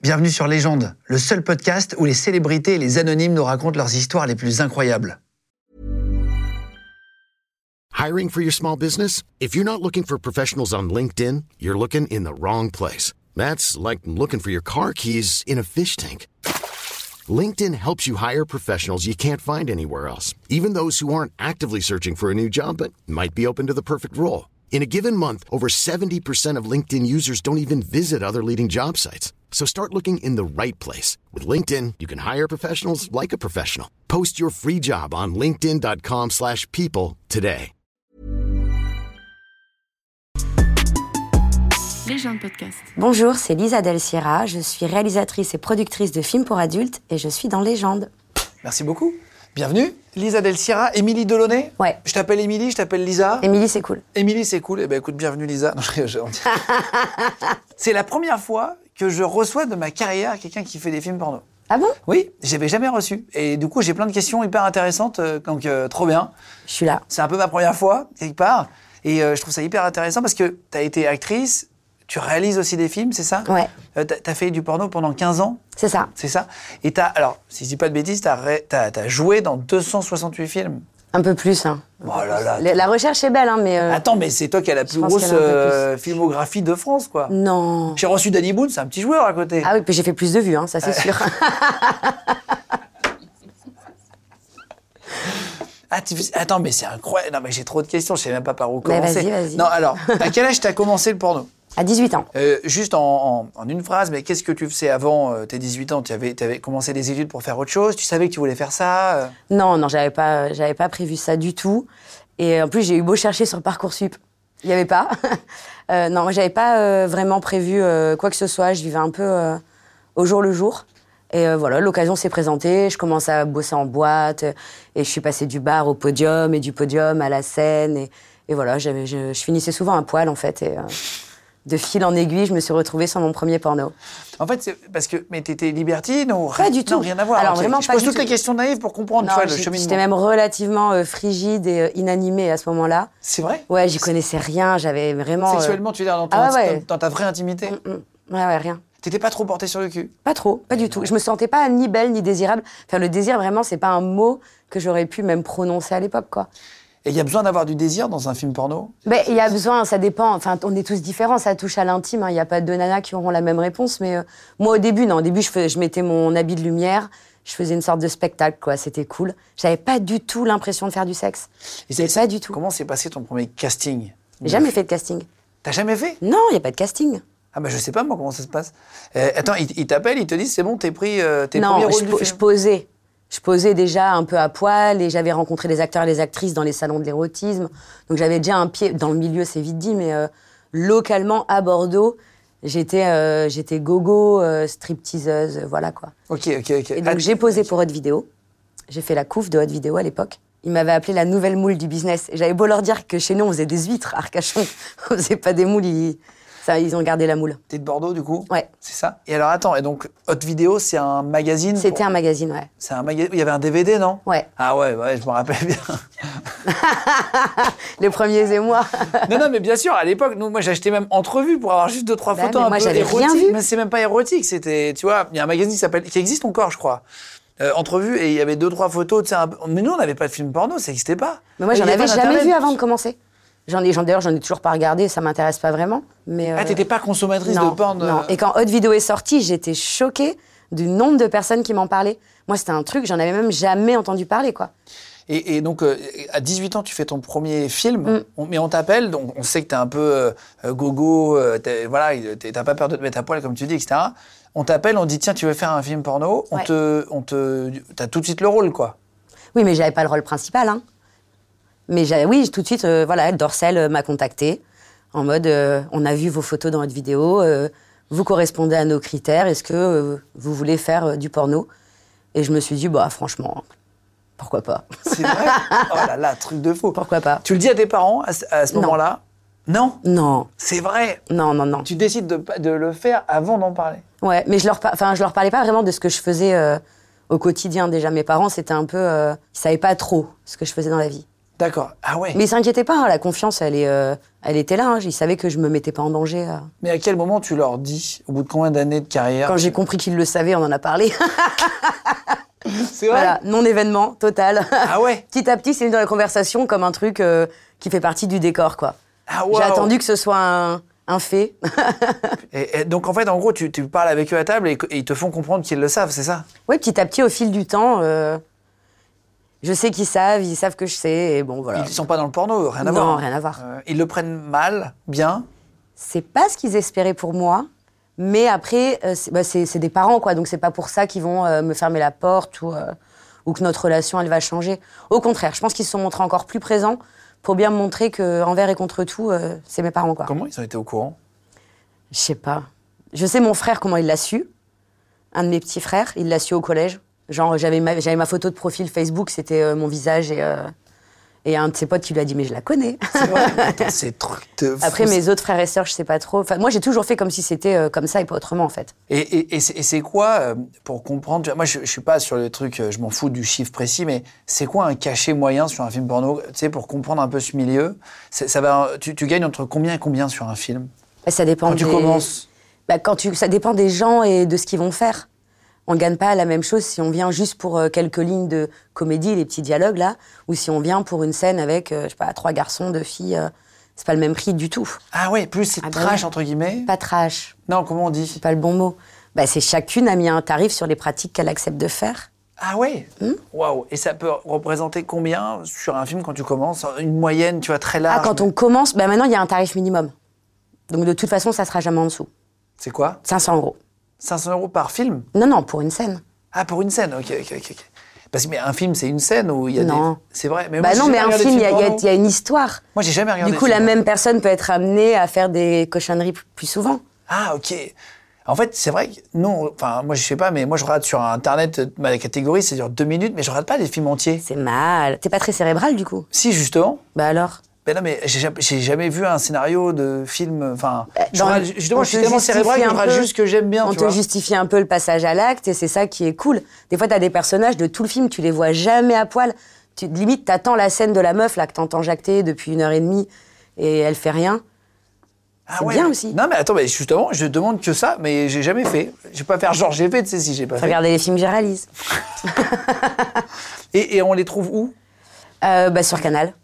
Bienvenue sur Légende, le seul podcast où les célébrités et les anonymes nous racontent leurs histoires les plus incroyables. Hiring for your small business? If you're not looking for professionals on LinkedIn, you're looking in the wrong place. That's like looking for your car keys in a fish tank. LinkedIn helps you hire professionals you can't find anywhere else, even those who aren't actively searching for a new job but might be open to the perfect role. In a given month, over 70% of LinkedIn users don't even visit other leading job sites. So start looking in the right place. With LinkedIn, you can hire professionals like a professional. Post your free job on linkedin.com/people slash people today. Les gens de podcast. Bonjour, c'est Lisa Del Sierra, je suis réalisatrice et productrice de films pour adultes et je suis dans Légende. Merci beaucoup. Bienvenue, Lisa Del Sierra, Émilie Delaunay Ouais. Je t'appelle Émilie, je t'appelle Lisa. Émilie, c'est cool. Émilie, c'est cool. Eh ben écoute, bienvenue Lisa. Non, je- je- c'est la première fois que je reçois de ma carrière quelqu'un qui fait des films porno. Ah bon Oui, j'avais jamais reçu. Et du coup, j'ai plein de questions hyper intéressantes, euh, donc euh, trop bien. Je suis là. C'est un peu ma première fois, quelque part. Et euh, je trouve ça hyper intéressant parce que tu as été actrice, tu réalises aussi des films, c'est ça Ouais, Euh, t'as- t'as fait du porno pendant 15 ans, c'est ça. c'est ça Et t'as, alors, si je dis pas de bêtises, t'as, ré- t'as- t'as joué dans 268 films. Un peu plus, hein. Oh là là. La, la recherche est belle, hein, mais... euh, Attends, mais c'est toi qui as la plus pense grosse qu'elle a un peu euh, filmographie de France, quoi. Non. J'ai reçu Danny Boone, c'est un petit joueur à côté. Ah oui, puis j'ai fait plus de vues, hein, ça c'est sûr. Ah, tu fais- Attends, mais c'est incroyable. Non, mais j'ai trop de questions, je sais même pas par où Mais commencer. vas-y, vas-y. Non, alors, à quel âge t'as commencé le porno À 18 ans. Euh, Juste en, en- en une phrase, mais qu'est-ce que tu faisais avant euh, tes 18 ans Tu avais, t'avais commencé des études pour faire autre chose Tu savais que tu voulais faire ça euh Non, non, j'avais pas, j'avais pas prévu ça du tout. Et en plus, j'ai eu beau chercher sur Parcoursup, il n'y avait pas. Euh, non, moi, j'avais pas euh, vraiment prévu euh, quoi que ce soit. Je vivais un peu euh, au jour le jour. Et euh, voilà, l'occasion s'est présentée. Je commence à bosser en boîte. euh, Et je suis passée du bar au podium et du podium à la scène. Et, et voilà, j'avais- je, je finissais souvent à poil, en fait. Et euh, de fil en aiguille, je me suis retrouvée sur mon premier porno. En fait, c'est parce que. Mais t'étais libertine ou Pas du Non, tout. rien à voir. Alors, ok. vraiment Je pas pose du toutes tout. les questions naïves pour comprendre tu vois, Non, le j'ai- cheminement. j'étais même relativement euh, frigide et euh, inanimée à ce moment-là. C'est vrai Ouais, j'y connaissais rien, j'avais vraiment. euh, Sexuellement, tu veux dire, dans, ton- Ah ouais, Mm. ouais. dans ta vraie intimité, Ouais, ouais, rien. t'étais pas trop portée sur le cul. Pas trop, pas du tout. Je me sentais pas ni belle ni désirable. Enfin, le désir, vraiment, c'est pas un mot que j'aurais pu même prononcer à l'époque, quoi. Et il y a besoin d'avoir du désir dans un film porno Mais il y a besoin, ça dépend. Enfin, on est tous différents, ça touche à l'intime. hein. Il n'y a pas deux nanas qui auront la même réponse. Mais euh, moi, au début, non, au début, je, fais- je mettais mon habit de lumière, je faisais une sorte de spectacle, quoi. C'était cool. J'avais pas du tout l'impression de faire du sexe. Et c'est Pas du tout. Comment s'est passé ton premier casting J'ai jamais fait de casting. T'as jamais fait Non, il n'y a pas de casting. Ah bah je sais pas moi comment ça se passe. Euh, attends, ils ils t'appellent, ils te disent c'est bon, t'es pris, euh, t'es non, premier je, rôle du po- je film. posais. Je posais déjà un peu à poil et j'avais rencontré les acteurs et les actrices dans les salons de l'érotisme. Donc j'avais déjà un pied dans le milieu, c'est vite dit, mais euh, localement à Bordeaux, j'étais euh, j'étais gogo, euh, stripteaseuse, euh, voilà quoi. Ok, ok, ok. Et Ah, donc j'ai posé pour Haute Vidéo. J'ai fait la couve de Haute Vidéo à l'époque. Ils m'avaient appelé la nouvelle moule du business. Et J'avais beau leur dire que chez nous on faisait des huîtres, à Arcachon, on faisait pas des moules, ils, ça, ils ont gardé la moule. T'es de Bordeaux du coup Ouais. C'est ça Et alors attends, et donc Haute Vidéo, c'est un magazine pour- C'était un magazine, ouais. C'est un magazine. Il y avait un DVD, non Ouais. Ah ouais, ouais, je me rappelle bien. Les premiers émois. non, non, mais bien sûr, à l'époque, nous, moi, j'achetais même entrevue pour avoir juste deux, trois Bah, photos mais un moi, peu j'avais érotiques. rien vu. Mais c'est même pas érotique, c'était, tu vois, il y a un magazine qui s'appelle, qui existe encore, je crois. Euh, entrevue, et il y avait deux, trois photos, tu sais, un peu- mais nous, on n'avait pas de film porno, ça n'existait pas. Mais moi, Et j'en Euh, il y avais pas jamais d'Internet. vu avant de commencer. J'en ai, j'en- d'ailleurs, j'en ai toujours pas regardé, ça m'intéresse pas vraiment. Mais Ah, euh, t'étais pas consommatrice non, de euh. porno non. Et quand Haute Vidéo est sortie, j'étais choquée du nombre de personnes qui m'en parlaient. Moi, c'était un truc, j'en avais même jamais entendu parler, quoi. Et, et donc, euh, à 18 ans, tu fais ton premier film, Mm. on- mais on t'appelle, donc on sait que t'es un peu euh, gogo, euh, t'es- voilà, t'es- t'as pas peur de te mettre à poil, comme tu dis, etc. On t'appelle, on dit, tiens, tu veux faire un film porno, on Ouais. te. On te t'as tout de suite le rôle, quoi. Oui, mais j'avais pas le rôle principal, hein. Mais j'avais, oui, tout de suite, euh, voilà, Dorsel euh, m'a contactée en mode, euh, on a vu vos photos dans votre vidéo, euh, vous correspondez à nos critères, est-ce que euh, vous voulez faire euh, du porno Et je me suis dit, bah, franchement, pourquoi pas C'est vrai Oh là là, truc de faux. Pourquoi pas Tu le dis à tes parents à ce, à ce Non. moment-là Non, Non, c'est vrai. non, non, non. Tu décides de, pas- de le faire avant d'en parler. Ouais, mais je leur, par- enfin, je leur parlais pas vraiment de ce que je faisais euh, au quotidien déjà. Mes parents, c'était un peu, euh, ils savaient pas trop ce que je faisais dans la vie. D'accord. Ah ouais. Mais ils s'inquiétaient pas, hein, la confiance, elle, est, euh, elle était là. hein. Ils savaient que je me mettais pas en danger. euh. Mais à quel moment tu leur dis, au bout de combien d'années de carrière Quand j'ai compris qu'ils le savaient, on en a parlé. C'est vrai voilà, non-événement total. Ah ouais petit à petit, c'est venu dans la conversation comme un truc euh, qui fait partie du décor, quoi. Ah wow. J'ai attendu que ce soit un, un fait. Et, et donc en fait, en gros, tu, tu parles avec eux à table et, et ils te font comprendre qu'ils le savent, c'est ça ouais, petit à petit, au fil du temps, euh, je sais qu'ils savent, ils savent que je sais, et bon, voilà. Ils sont pas dans le porno, rien à Non, voir. rien à voir. Euh, ils le prennent mal, bien. C'est pas ce qu'ils espéraient pour moi, mais après, euh, c'est bah, c'est- c'est des parents, quoi, donc c'est pas pour ça qu'ils vont euh, me fermer la porte ou, euh, ou que notre relation, elle va changer. Au contraire, je pense qu'ils se sont montrés encore plus présents pour bien me montrer que envers et contre tout, euh, c'est mes parents, quoi. Comment ils ont été au courant Je sais pas. Je sais mon frère comment il l'a su. Un de mes petits frères, il l'a su au collège. Genre j'avais ma, j'avais ma photo de profil Facebook, c'était euh, mon visage et, euh, et un de ses potes qui lui a dit mais je la connais. C'est vrai. Attends, c'est truc de fou. Après mes autres frères et sœurs, je sais pas trop. Enfin, moi j'ai toujours fait comme si c'était euh, comme ça et pas autrement en fait. Et, et- et c'est- et c'est quoi, euh, pour comprendre, tu vois, moi je, je suis pas sur le truc, euh, je m'en fous du chiffre précis, mais c'est quoi un cachet moyen sur un film porno, tu sais, pour comprendre un peu ce milieu C'est- ça va, tu, tu gagnes entre combien et combien sur un film Bah, ça dépend. Quand tu des- commences. Bah, quand tu, ça dépend des gens et de ce qu'ils vont faire. On gagne pas la même chose si on vient juste pour euh, quelques lignes de comédie, les petits dialogues là, ou si on vient pour une scène avec, euh, je sais pas, trois garçons, deux filles. euh, c'est pas le même prix du tout. Ah ouais, plus c'est Ah bah trash, ouais. entre guillemets Pas trash, Non, comment on dit c'est pas le bon mot. Bah, c'est chacune a mis un tarif sur les pratiques qu'elle accepte de faire. Ah ouais Hmm Waouh Et ça peut représenter combien sur un film quand tu commences Une moyenne, tu vois, très large ah, quand on commence, bah maintenant il y a un tarif minimum. Donc de toute façon, ça sera jamais en dessous. C'est quoi 500 euros. 500 euros par film Non, non, pour une scène. Ah, pour une scène, ok, ok, ok. ok. Parce que mais un film, c'est une scène où il y a Non. des... C'est vrai, mais bah moi, j'ai non, jamais mais un regardé de film, il y, a- il y a- porno. il y a une histoire. Moi, j'ai jamais regardé Du coup, de la film même personne peut être amenée à faire des cochonneries p- plus souvent. Ah, ok. En fait, c'est vrai que non, enfin, moi je sais pas, mais moi je regarde sur Internet, euh, ma catégorie, c'est dure deux minutes, mais je regarde pas les films entiers. C'est mal. T'es pas très cérébral du coup. Si, justement. Bah alors Ben non, mais j'ai ja- j'ai jamais vu un scénario de film. Enfin, je Euh, dans- regarde- justement, on je suis te tellement justifie cérébral que je un regarde peu- juste ce que j'aime bien. On tu te vois. justifie un peu le passage à l'acte et c'est ça qui est cool. Des fois, t'as des personnages de tout le film, tu les vois jamais à poil. Tu, limite, t'attends la scène de la meuf là que t'entends jacter depuis une heure et demie et elle fait rien. Ah c'est bien mais- aussi. Non, mais attends, mais justement, je demande que ça, mais j'ai jamais fait. Je vais pas faire genre j'ai fait, tu sais, si j'ai pas fait. Regardez les films que je réalise. Et, et on les trouve où Euh, bah, sur Canal.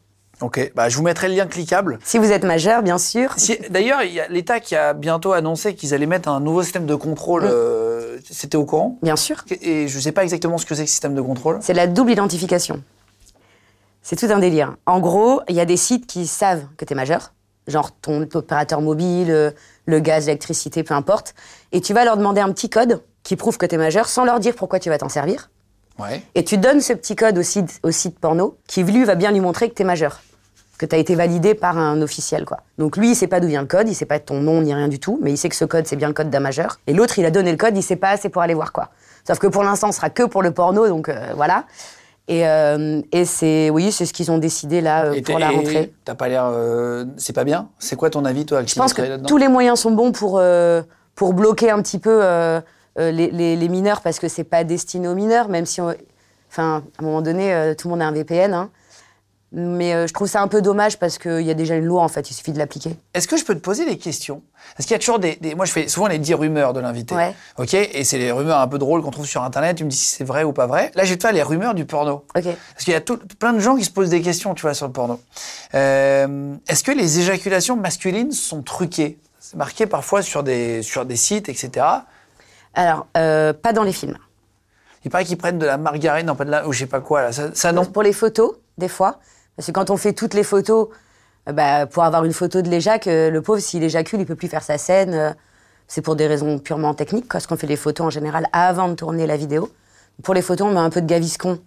Ok, bah, je vous mettrai le lien cliquable. Si vous êtes majeur, bien sûr. Si- D'ailleurs, il y a l'État qui a bientôt annoncé qu'ils allaient mettre un nouveau système de contrôle. euh, C'était au courant Bien sûr. Et je sais pas exactement ce que c'est que ce système de contrôle. C'est de la double identification. C'est tout un délire. En gros, il y a des sites qui savent que t'es majeur, genre ton opérateur mobile, euh, le gaz, l'électricité, peu importe, et tu vas leur demander un petit code qui prouve que t'es majeur sans leur dire pourquoi tu vas t'en servir. Ouais. Et tu donnes ce petit code au site, au site porno qui, lui, va bien lui montrer que t'es majeur, que t'as été validé par un officiel, quoi. Donc lui, il sait pas d'où vient le code, il sait pas ton nom ni rien du tout, mais il sait que ce code, c'est bien le code d'un majeur. Et l'autre, il a donné le code, il sait pas, c'est pour aller voir quoi. Sauf que pour l'instant, ce sera que pour le porno, donc euh, voilà. Et, euh, et c'est, oui, c'est ce qu'ils ont décidé là euh, Et pour t'es- la et rentrée. T'as pas l'air. euh, c'est pas bien C'est quoi ton avis, toi, Je pense que tous les moyens sont bons pour, euh, pour bloquer un petit peu euh, euh, les, les- les mineurs, parce que c'est pas destiné aux mineurs, même si, on- enfin, à un moment donné, euh, tout le monde a un VPN. hein. Mais euh, je trouve ça un peu dommage parce qu'il y a déjà une loi, en fait, il suffit de l'appliquer. Est-ce que je peux te poser des questions Parce qu'il y a toujours des, des- Moi, je fais souvent les 10 rumeurs de l'invité. Ouais. OK Et c'est les rumeurs un peu drôles qu'on trouve sur Internet. Tu me dis si c'est vrai ou pas vrai. Là, je vais te faire les rumeurs du porno. Ok. Parce qu'il y a tout- plein de gens qui se posent des questions, tu vois, sur le porno. Euh, Est-ce que les éjaculations masculines sont truquées C'est marqué parfois sur des, sur des sites, etc. Alors, euh, pas dans les films. Il paraît qu'ils prennent de la margarine, non, pas de la... ou je sais pas quoi, là. Ça, ça, non Pour les photos, des fois. Parce que quand on fait toutes les photos, euh, bah, pour avoir une photo de l'éjac, euh, le pauvre, s'il éjacule, il peut plus faire sa scène. euh, c'est pour des raisons purement techniques, parce qu'on fait les photos en général avant de tourner la vidéo. Pour les photos, on met un peu de gaviscon.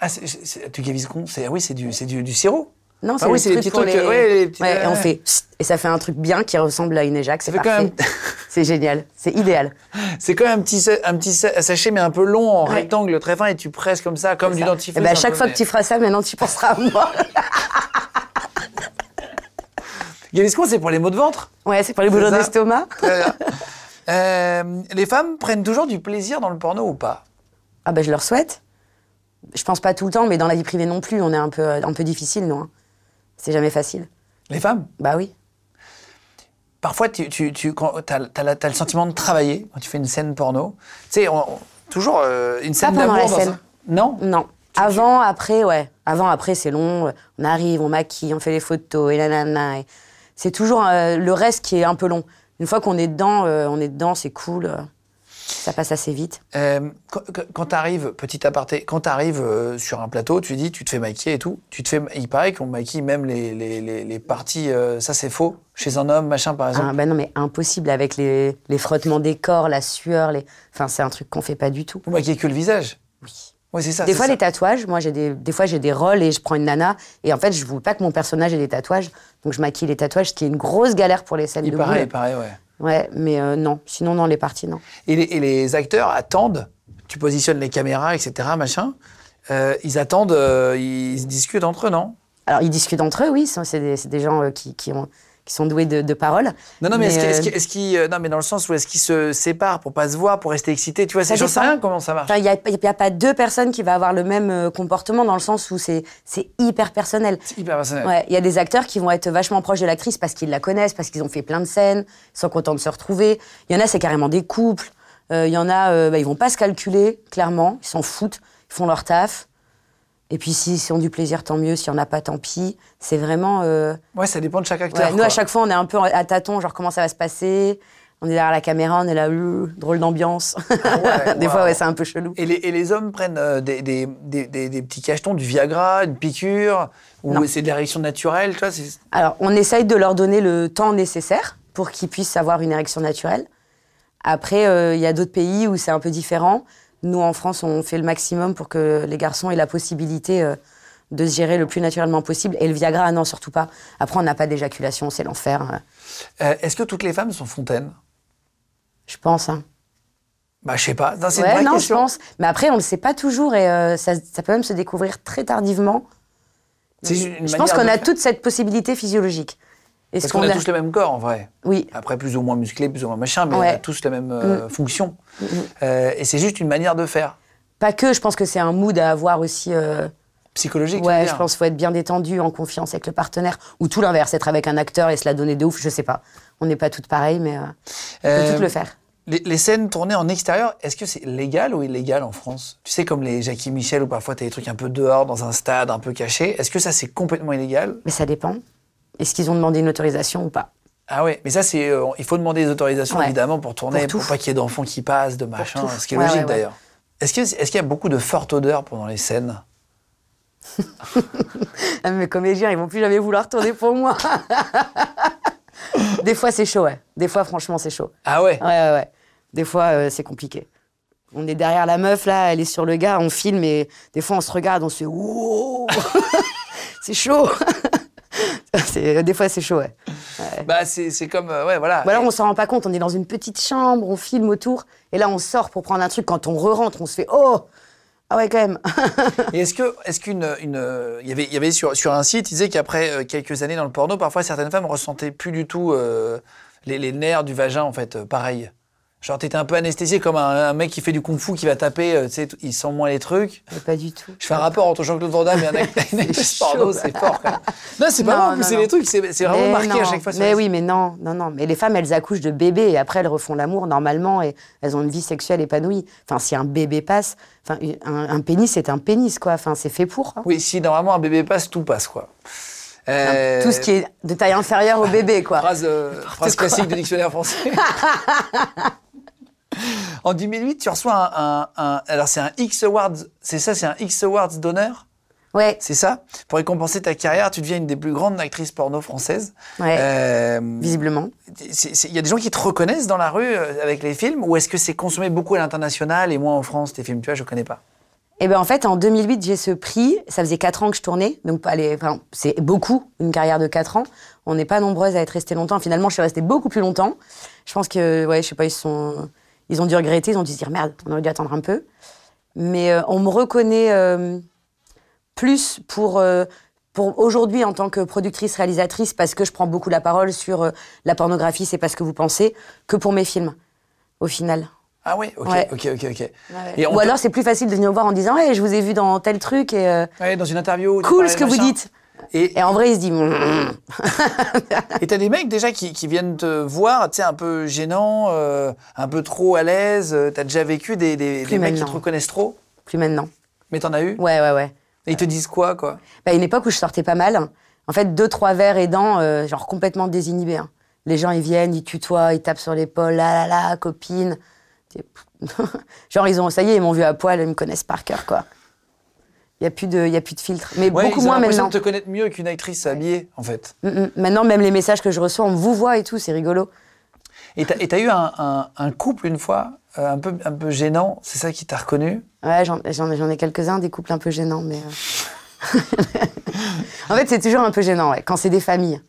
Ah, c'est- c'est- c'est- tu gaviscon, c'est ah oui, c'est du, c'est du, du sirop. Non, Ah c'est oui, le c'est les truc petits pour trucs, les- euh, ouais, les petits- Ouais, et on ouais. fait pssst, et ça fait un truc bien qui ressemble à une éjac, c'est fait quand parfait. même- c'est génial, c'est idéal. C'est quand même un petit, sa- un petit sa- sachet, mais un peu long, en Ouais. rectangle, très fin, et tu presses comme ça, comme du dentifrice. Et ben, à un chaque peu, fois mais- que tu feras ça, maintenant tu penseras à moi. Gaviscon, c'est pour les maux de ventre. Ouais, c'est pour les boulons ça. d'estomac. Très bien. Euh, les femmes prennent toujours du plaisir dans le porno ou pas Ah ben je leur souhaite. je pense pas tout le temps, mais dans la vie privée non plus, on est un peu, euh, un peu difficile, non C'est jamais facile. Les femmes Bah oui. Parfois, tu, tu, tu as, le sentiment de travailler quand tu fais une scène porno. Tu sais, on- on- toujours euh, une scène pendant d'amour. la dans un- scène. Non Non. Avant, après, ouais. Avant, après, c'est long. On arrive, on maquille, on fait les photos, et nanana. et C'est toujours euh, le reste qui est un peu long. Une fois qu'on est dedans, euh, on est dedans, c'est cool. euh, ça passe assez vite. Euh, quand quand t'arrives, petit aparté, quand t'arrives euh, sur un plateau, tu dis, tu te fais maquiller et tout. Tu te fais, il paraît qu'on maquille même les, les, les, les parties, euh, ça c'est faux, chez un homme, machin par exemple. Ah, bah non, mais impossible avec les, les frottements des corps, la sueur, les. Enfin, c'est un truc qu'on fait pas du tout. Vous maquillez que le visage. Oui. Oui, c'est ça. des c'est fois, ça. les tatouages, moi, j'ai des, des fois, j'ai des rôles et je prends une nana. Et en fait, je voulais pas que mon personnage ait des tatouages. Donc, je maquille les tatouages, ce qui est une grosse galère pour les scènes Il de paraît, il boule. paraît, ouais. Ouais, mais euh, non. Sinon, dans les parties, non. Et les, et les acteurs attendent, tu positionnes les caméras, etc., machin. Euh, ils attendent, euh, ils discutent entre eux, non Alors, ils discutent entre eux, oui. ça, C'est des, c'est des gens euh, qui, qui, ont, qui sont doués de, de parole. Non, non, mais, est-ce euh, qu'ils- est-ce qu'ils- est-ce qu'ils, euh, non, mais dans le sens où est-ce qu'ils se séparent pour pas se voir, pour rester excités Tu vois, Ça c'est- j'en sais dépend. rien comment ça marche. Enfin, il n'y a, il y a pas deux personnes qui vont avoir le même euh, comportement dans le sens où c'est c'est hyper personnel. C'est hyper personnel. Ouais, il y a des acteurs qui vont être vachement proches de l'actrice parce qu'ils la connaissent, parce qu'ils ont fait plein de scènes, ils sont contents de se retrouver. Il y en a, c'est carrément des couples. Euh, Il y en a, euh, bah, ils vont pas se calculer, clairement. Ils s'en foutent, ils font leur taf. Et puis, si, si on a du plaisir, tant mieux. S'il y en a pas, tant pis. C'est vraiment. euh, Ouais, ça dépend de chaque ouais, acteur. nous, à quoi. chaque fois, on est un peu à tâtons, genre comment ça va se passer. On est derrière la caméra, on est là, euh, drôle d'ambiance. Ah ouais, des waouh. fois, ouais, c'est un peu chelou. Et les, et les hommes prennent euh, des, des, des, des- des petits cachetons, du Viagra, une piqûre, ou c'est de l'érection naturelle, tu vois c'est- Alors, on essaye de leur donner le temps nécessaire pour qu'ils puissent avoir une érection naturelle. Après, euh, il y a d'autres pays où c'est un peu différent. Nous, en France, on fait le maximum pour que les garçons aient la possibilité euh, de se gérer le plus naturellement possible. Et le Viagra, ah non, surtout pas. Après, on n'a pas d'éjaculation, c'est l'enfer. euh, Euh, Est-ce que toutes les femmes sont fontaines je pense. hein. Bah, je sais pas. Non, c'est une Ouais, vraie non, question. je pense. Mais après, on ne le sait pas toujours et euh, ça, ça peut même se découvrir très tardivement. C'est une Je manière pense de qu'on a faire. toute cette possibilité physiologique. Est-ce Parce qu'on a tous le même corps, en vrai. Oui, Après, plus ou moins musclé, plus ou moins machin, mais on a Ouais. Mm. tous la même euh, fonction. Euh, et c'est juste une manière de faire, pas que. Je pense que c'est un mood à avoir aussi. euh, psychologique. tu veux Ouais, dire. je pense qu'il faut être bien détendu, en confiance avec le partenaire, ou tout l'inverse, être avec un acteur et se la donner de ouf, je sais pas. On n'est pas toutes pareilles, mais euh, on peut Euh, toutes le faire. Les, les scènes tournées en extérieur, est-ce que c'est légal ou illégal en France Tu sais, comme les Jackie Michel, où parfois t'as des trucs un peu dehors, dans un stade, un peu caché. Est-ce que ça, c'est complètement illégal Mais ça dépend. Est-ce qu'ils ont demandé une autorisation ou pas Ah ouais, mais ça c'est, euh, il faut demander des autorisations Ouais. évidemment pour tourner, Pour pour, tout. pas qu'il y ait d'enfants qui passent, de machin, tout. ce qui est Ouais, logique ouais, ouais. d'ailleurs. Est-ce que, est-ce qu'il y a beaucoup de fortes odeurs pendant les scènes Ah, Mes comédiens, ils vont plus jamais vouloir tourner pour moi. Des fois, c'est chaud, ouais. Des fois, franchement, c'est chaud. Ah ouais. Ouais, ouais, ouais. Des fois, euh, c'est compliqué. On est derrière la meuf, là, elle est sur le gars, on filme et des fois, on se regarde, on se fait Wow C'est chaud C'est- Des fois, c'est chaud, ouais. Bah c'est, c'est comme, euh, ouais voilà. Ou alors on s'en rend pas compte, on est dans une petite chambre, on filme autour, et là on sort pour prendre un truc. Quand on re-rentre, on se fait oh ah ouais quand même. Et est-ce que, est-ce qu'une, une, euh, il y avait, il y avait sur, sur un site, il disait qu'après euh, quelques années dans le porno, parfois certaines femmes ressentaient plus du tout euh, les, les nerfs du vagin en fait, euh, pareil. Genre t'étais un peu anesthésié comme un, un mec qui fait du kung-fu qui va taper, euh, tu sais, tout- il sent moins les trucs. Mais pas du tout. Je fais un rapport entre Jean-Claude Van Damme et un acte- une actrice chaud. porno, c'est fort. quand même. Non, c'est pas Non, vrai, en plus, non, c'est non. des trucs, c'est c'est vraiment Mais marqué à non. chaque fois. sur Mais les- oui, mais non, non, non. Mais les femmes, elles accouchent de bébés et après elles refont l'amour normalement et elles ont une vie sexuelle épanouie. Enfin, si un bébé passe, enfin, un, un pénis, c'est un pénis quoi. Enfin, c'est fait pour. hein. Oui, si normalement un bébé passe, tout passe, quoi. Euh, Tout ce qui est de taille inférieure au bébé quoi. Phrase, euh, phrase quoi. classique du dictionnaire français. en 2008, tu reçois un. un- un- alors, c'est un X Awards, c'est ça, c'est un X Awards d'honneur Ouais. c'est ça Pour récompenser ta carrière, tu deviens une des plus grandes actrices porno françaises. Ouais. Euh, Visiblement. c'est- c'est- Il y a des gens qui te reconnaissent dans la rue euh, avec les films ou est-ce que c'est consommé beaucoup à l'international et moins en France tes films Tu vois, je connais pas. Et ben en fait, en 2008, j'ai ce prix. Ça faisait 4 ans que je tournais. Donc, pas les- enfin, c'est beaucoup, une carrière de 4 ans. On n'est pas nombreuses à être restées longtemps. Finalement, je suis restée beaucoup plus longtemps. Je pense que, ouais, je sais pas, ils, sont, ils ont dû regretter. Ils ont dû se dire, merde, on aurait dû attendre un peu. Mais euh, on me reconnaît euh, plus pour, euh, pour aujourd'hui en tant que productrice, réalisatrice, parce que je prends beaucoup la parole sur euh, la pornographie, c'est pas ce que vous pensez, que pour mes films, au final. Ah oui, ok, Ouais. ok, ok, ok. Ouais. Et on Ou peut- alors c'est plus facile de venir me voir en disant hey, je vous ai vu dans tel truc et euh, Ouais, dans une interview. tu cool parlais ce que vous machin. dites. Et Et en vrai, il se dit Mm. et t'as des mecs déjà qui, qui viennent te voir, tu sais, un peu gênant, un peu trop à l'aise. euh, T'as déjà vécu des, des, Plus des mecs qui te maintenant. reconnaissent trop, plus maintenant. mais t'en as eu Ouais, ouais, ouais. Et ils te disent quoi, quoi Bah, à une époque où je sortais pas mal, en fait, deux, trois verres aidants, euh, genre complètement désinhibé. hein. Les gens, ils viennent, ils tutoient, ils tapent sur l'épaule, là, là, là, copine. T'es- genre, ils ont, ça y est, ils m'ont vu à poil, ils me connaissent par cœur, quoi. Il n'y a, plus de- y a plus de filtre. Mais Ouais, beaucoup ils ont moins l'impression maintenant. de te connaître mieux qu'une actrice habillée, en fait. Mm, mm. Maintenant, même les messages que je reçois, on vous voit et tout, c'est rigolo. Et t'as, et t'as eu un, un- un couple une fois, euh, un, peu, un peu gênant, c'est ça qui t'a reconnu Ouais, j'en j'en ai, j'en ai quelques-uns, des couples un peu gênants, mais. euh. en fait, c'est toujours un peu gênant, ouais, quand c'est des familles.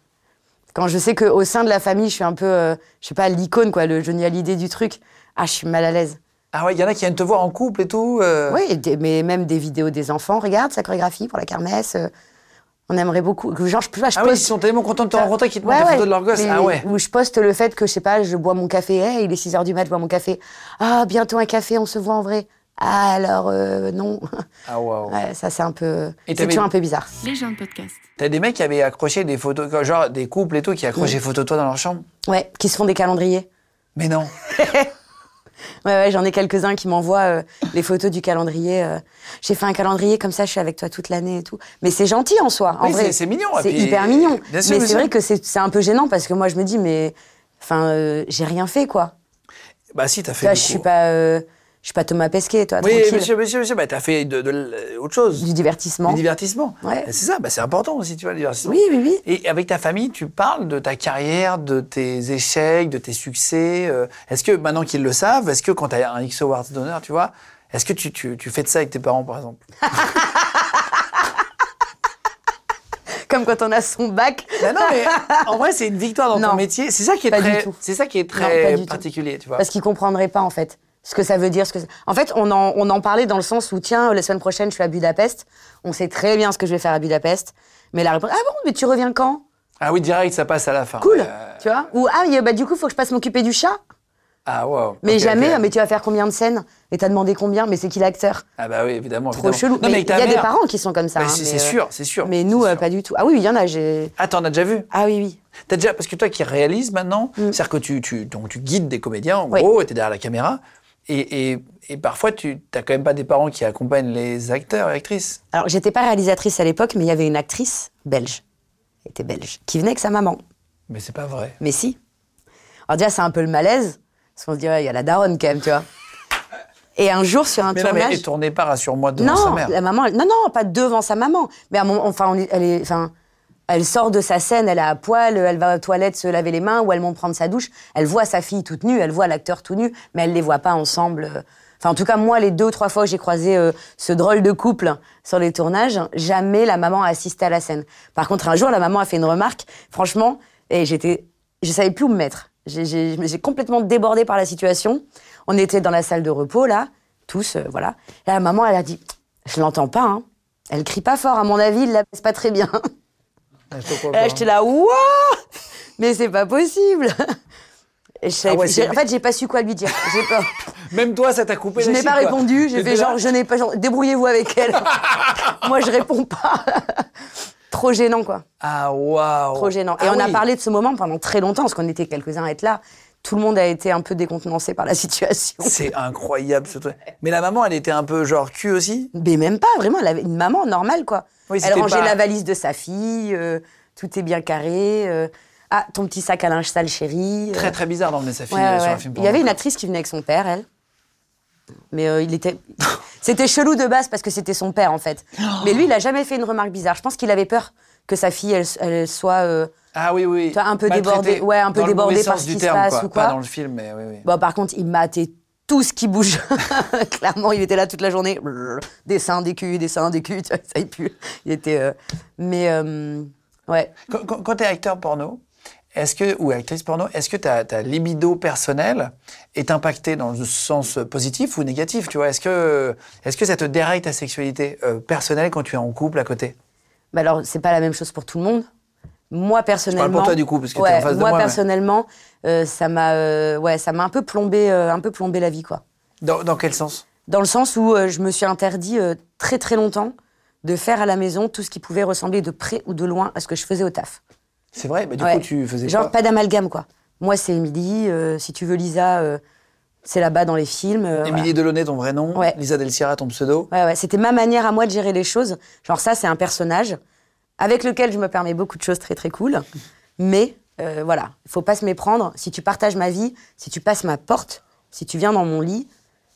Quand je sais qu'au sein de la famille, je suis un peu, euh, je sais pas, l'icône, quoi, le Johnny Hallyday du truc. Ah, je suis mal à l'aise. Ah ouais, il y en a qui viennent te voir en couple et tout. euh, Oui, des- mais même des vidéos des enfants. Regarde sa chorégraphie pour la kermesse. euh, on aimerait beaucoup. Genre, je, je Ah oui, ils poste- sont tellement contents de te ça. rencontrer qu'ils te Ouais, montrent des ouais. photos de leur gosse. Mais- Ah ouais. Où je poste le fait que, je sais pas, je bois mon café, Eh, il est 6 h du mat, je bois mon café. Ah, bientôt un café, on se voit en vrai. Ah, alors, euh, non. Ah waouh. Ouais, ça, c'est un peu. Et C'est t'avais- toujours un peu bizarre. Les gens de podcast. T'as des mecs qui avaient accroché des photos, genre des couples et tout, qui accrochaient des photos de toi dans leur chambre Ouais, qui se font des calendriers. Mais non. Ouais, ouais, j'en ai quelques-uns qui m'envoient euh, les photos du calendrier. euh, J'ai fait un calendrier comme ça, je suis avec toi toute l'année et tout. Mais c'est gentil en soi. En Oui, vrai, c'est- c'est mignon, et C'est puis- hyper mignon. Bien sûr, mais bien c'est sûr. vrai que c'est c'est un peu gênant parce que moi, je me dis, mais. Enfin, euh, j'ai rien fait, quoi. Bah si, t'as Tu fait. vois, beaucoup. je suis pas. euh, je suis pas Thomas Pesquet, toi, Oui, tranquille. monsieur, monsieur, monsieur, bah t'as fait de, de l- autre chose. Du divertissement. Du divertissement. Ouais. C'est ça, bah, c'est important aussi, tu vois, le divertissement. Oui, oui, oui. Et avec ta famille, tu parles de ta carrière, de tes échecs, de tes succès. euh, Est-ce que maintenant qu'ils le savent, est-ce que quand tu as un X Awards d'honneur, tu vois, est-ce que tu, tu, tu fais de ça avec tes parents, par exemple Comme quand on a son bac. Bah Non, mais en vrai, c'est une victoire dans Non. ton métier. C'est ça qui est Pas du très, tout. c'est ça qui est Non, pas très du tout. particulier, tu vois. Parce qu'ils comprendraient pas, en fait, ce que ça veut dire. Ce que... ça- En fait, on en, on en parlait dans le sens où, tiens, la semaine prochaine, je suis à Budapest. On sait très bien ce que je vais faire à Budapest. Mais la réponse, ah bon, mais tu reviens quand Ah oui, direct, ça passe à la fin. Cool, Euh, tu vois Ou, ah, mais, bah, du coup, faut que je passe m'occuper du chat. Ah wow. Mais Ok, jamais, ok. mais tu vas faire combien de scènes Et t'as demandé combien Mais c'est qui l'acteur Ah bah oui, évidemment. Trop évidemment. chelou. Non, mais mais avec il ta y a des mère- parents qui sont comme ça. Bah, hein, c'est mais, c'est euh, sûr, c'est sûr. Mais nous, c'est euh, sûr. pas du tout. Ah oui, il y en a, j'ai... Ah, t'en as déjà vu Ah oui, oui. T'as déjà, parce que toi qui réalises maintenant, c'est-à-dire que tu, tu, donc, tu guides des comédiens, en Mm. Oui. gros, et t'es derrière la caméra, et, et, et parfois tu t'as quand même pas des parents qui accompagnent les acteurs et actrices. Alors, j'étais pas réalisatrice à l'époque, mais il y avait une actrice belge. Elle était belge. Qui venait avec sa maman. Mais c'est pas vrai. Mais si. Alors déjà, c'est un peu le malaise, parce qu'on se dit, ouais, il y a la daronne quand même, tu vois. Et un jour, sur un Mais non, mais tournage... elle tournait pas, rassure-moi, devant sa non, mère. la maman, elle- non, non, pas devant sa maman. Mais à un moment, enfin, on est- elle est, enfin, elle sort de sa scène, elle est à poil, elle va aux toilettes se laver les mains, ou elle monte prendre sa douche. Elle voit sa fille toute nue, elle voit l'acteur tout nu, mais elle les voit pas ensemble. euh. Enfin, en tout cas, moi, les deux ou trois fois que j'ai croisé euh, ce drôle de couple sur les tournages, jamais la maman a assisté à la scène. Par contre, un jour, la maman a fait une remarque. Franchement, et j'étais, je savais plus où me mettre. J'ai- J'ai j'ai complètement débordé par la situation. On était dans la salle de repos là, tous, euh, voilà. Et la maman, elle a dit, je l'entends pas. Hein. Elle crie pas fort, à mon avis, il la baisse pas très bien. Ah, Je te crois Et là, pas. Eh, j'étais là, waouh Mais c'est pas possible Et je savais Ah ouais, plus- c'est- j'ai- En fait, j'ai pas su quoi lui dire. J'ai pas- Même toi, ça t'a coupé je la n'ai pas chic, quoi. répondu. J'ai T'étais fait là genre, je n'ai pas. genre, Débrouillez-vous avec elle. Moi, je réponds pas. Trop gênant, quoi. Ah, waouh. Trop gênant. Et Ah on a oui. parlé de ce moment pendant très longtemps, parce qu'on était quelques-uns à être là. Tout le monde a été un peu décontenancé par la situation. C'est incroyable ce truc. Mais la maman, elle était un peu genre cul aussi. Mais même pas, vraiment, elle avait une maman normale, quoi. Oui, elle c'était rangeait pas- la valise de sa fille, euh, tout est bien carré. euh, ah, ton petit sac à linge sale, chérie. euh. Très très bizarre d'emmener sa fille Ouais, euh, sur ouais. un film. Il y avait porno. une actrice qui venait avec son père, elle. Mais euh, il était. c'était chelou de base parce que c'était son père, en fait. Mais lui, il a jamais fait une remarque bizarre. Je pense qu'il avait peur que sa fille, elle, elle soit. euh, Ah oui, oui. Toi, un peu Maltraitée. débordée- ouais, un peu Dans le débordée mauvais par sens ce du qui se terme, passe quoi. ou quoi. Pas dans le film, mais oui, oui. Bon, par contre, il matait tout ce qui bouge. Clairement, il était là toute la journée. Des seins, des culs, des seins, des culs. Tu vois, ça, il pue. Il était. euh, Mais. euh, Ouais. Quand, quand, quand t'es acteur porno, est-ce que, ou actrice porno, est-ce que ta, ta libido personnelle est impactée dans le sens positif ou négatif, tu vois Est-ce que, est que ça te déraille ta sexualité euh, personnelle quand tu es en couple à côté Bah alors, c'est pas la même chose pour tout le monde. Moi personnellement, pour toi, du coup, parce que t'es ouais, en face de moi moi, mais- personnellement, euh, ça m'a, euh, ouais, ça m'a un peu plombé, euh, un peu plombé la vie quoi. Dans, dans quel sens Dans le sens où euh, je me suis interdit euh, très très longtemps de faire à la maison tout ce qui pouvait ressembler de près ou de loin à ce que je faisais au taf. C'est vrai, mais du Ouais. coup, tu faisais Genre quoi pas d'amalgame quoi. Moi c'est Émilie, euh, si tu veux Lisa, euh, c'est là-bas dans les films. euh, voilà. Émilie Delaunay, ton vrai nom. Ouais. Lisa Del Sierra, ton pseudo. Ouais, ouais, c'était ma manière à moi de gérer les choses. Genre ça, c'est un personnage avec lequel je me permets beaucoup de choses très très cool. Mais euh, voilà, faut pas se méprendre. Si tu partages ma vie, si tu passes ma porte, si tu viens dans mon lit,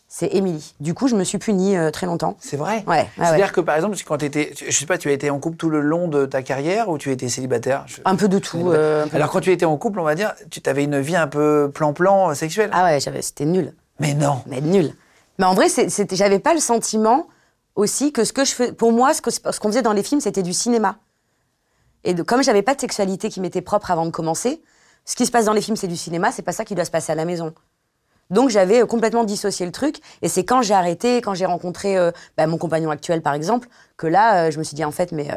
c'est Émilie. Du coup, je me suis punie euh, très longtemps. C'est vrai. Ouais, ouais, C'est-à-dire ouais. que par exemple, quand étais, tu- je sais pas, tu as été en couple tout le long de ta carrière ou tu étais célibataire Je- Un peu de tout. euh, un peu de Alors quand tu étais en couple, on va dire, tu avais une vie un peu plan-plan euh, sexuelle. tout. Ah ouais, j'avais- c'était nul. Mais non. mais nul. Mais en vrai, c'est- c'était, j'avais pas le sentiment aussi que ce que je fais, pour moi, ce, que- ce qu'on faisait dans les films, c'était du cinéma. Et de- comme j'avais pas de sexualité qui m'était propre avant de commencer, ce qui se passe dans les films, c'est du cinéma, c'est pas ça qui doit se passer à la maison. Donc j'avais euh, complètement dissocié le truc, et c'est quand j'ai arrêté, quand j'ai rencontré euh, bah, mon compagnon actuel par exemple, que là, euh, je me suis dit en fait, mais euh,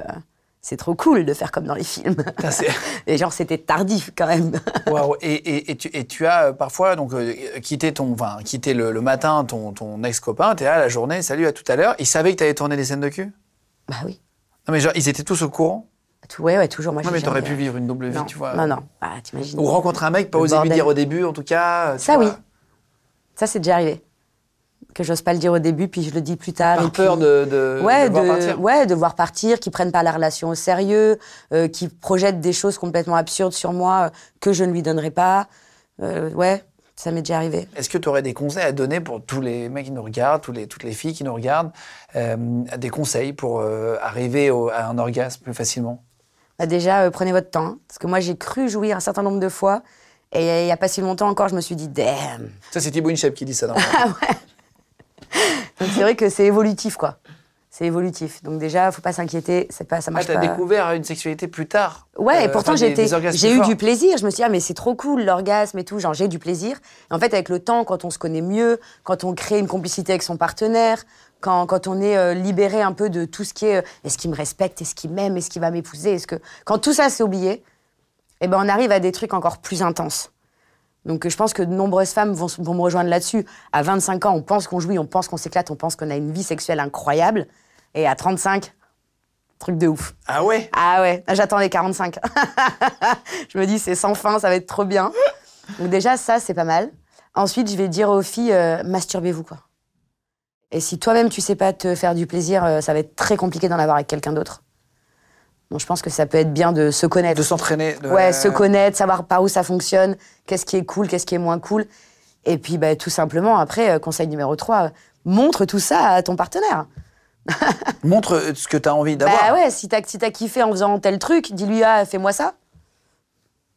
c'est trop cool de faire comme dans les films. Putain, c'est- et genre, c'était tardif quand même. Waouh. Et, et- et tu, et tu as euh, parfois donc euh, quitté ton, enfin, quitté le, le matin ton, ton ex-copain, t'es là la journée, salut à tout à l'heure. Ils savaient que t'allais tourner des scènes de cul bah oui, Bah, Non mais genre, ils étaient tous au courant tout, ouais, ouais, toujours moi. Non Ah, j'ai mais t'aurais jamais- euh, pu vivre une double vie, non, tu vois. Non, non, ah, t'imagines. Ou rencontrer un mec, pas Le oser lui bordel. dire au début, en tout cas. euh, tu Ça, vois. oui. Ça, c'est déjà arrivé. Que j'ose pas le dire au début, puis je le dis plus tard. Par et puis- peur de, de, ouais, de voir partir. ouais, de voir partir, qui prennent pas la relation au sérieux, euh, qui projettent des choses complètement absurdes sur moi euh, que je ne lui donnerai pas. Euh, ouais, ça m'est déjà arrivé. Est-ce que tu aurais des conseils à donner pour tous les mecs qui nous regardent, tous les, toutes les filles qui nous regardent, euh, des conseils pour euh, arriver au- à un orgasme plus facilement Bah, déjà, euh, prenez votre temps. hein, parce que moi, j'ai cru jouir un certain nombre de fois. Et il y a pas si longtemps encore, je me suis dit, damn. Ça, c'est Thibaut Inchep qui dit ça. Dans Donc, c'est vrai que c'est évolutif, quoi. C'est évolutif. Donc, déjà, faut pas s'inquiéter. C'est pas, ça ah, marche t'as pas. découvert une sexualité plus tard. Ouais, et Euh, pourtant enfin, des- j'étais, des orgasmes j'ai plus eu forts. du plaisir. Je me suis dit, ah, mais c'est trop cool l'orgasme et tout, genre j'ai du plaisir. Et en fait, avec le temps, quand on se connaît mieux, quand on crée une complicité avec son partenaire, quand, quand on est euh, libéré un peu de tout ce qui est euh, est-ce qu'il me respecte, est-ce qu'il m'aime, est-ce qu'il va m'épouser, est-ce que. Quand tout ça s'est oublié, eh ben, on arrive à des trucs encore plus intenses. Donc euh, je pense que de nombreuses femmes vont, s- vont me rejoindre là-dessus. À 25 ans, on pense qu'on jouit, on pense qu'on s'éclate, on pense qu'on a une vie sexuelle incroyable. Et à 35, truc de ouf. Ah ouais Ah ouais, j'attends les 45. je me dis, c'est sans fin, ça va être trop bien. Donc déjà, ça, c'est pas mal. Ensuite, je vais dire aux filles, euh, masturbez-vous, quoi. Et si toi-même, tu sais pas te faire du plaisir, euh, ça va être très compliqué d'en avoir avec quelqu'un d'autre. Donc je pense que ça peut être bien de se connaître. De s'entraîner. de- Ouais, se connaître, savoir par où ça fonctionne, qu'est-ce qui est cool, qu'est-ce qui est moins cool. Et puis, bah, tout simplement, après, euh, conseil numéro 3, montre tout ça à ton partenaire. Montre euh, ce que t'as envie d'avoir. Bah ouais, si t'as si t'as kiffé en faisant tel truc, dis-lui, ah, fais-moi ça.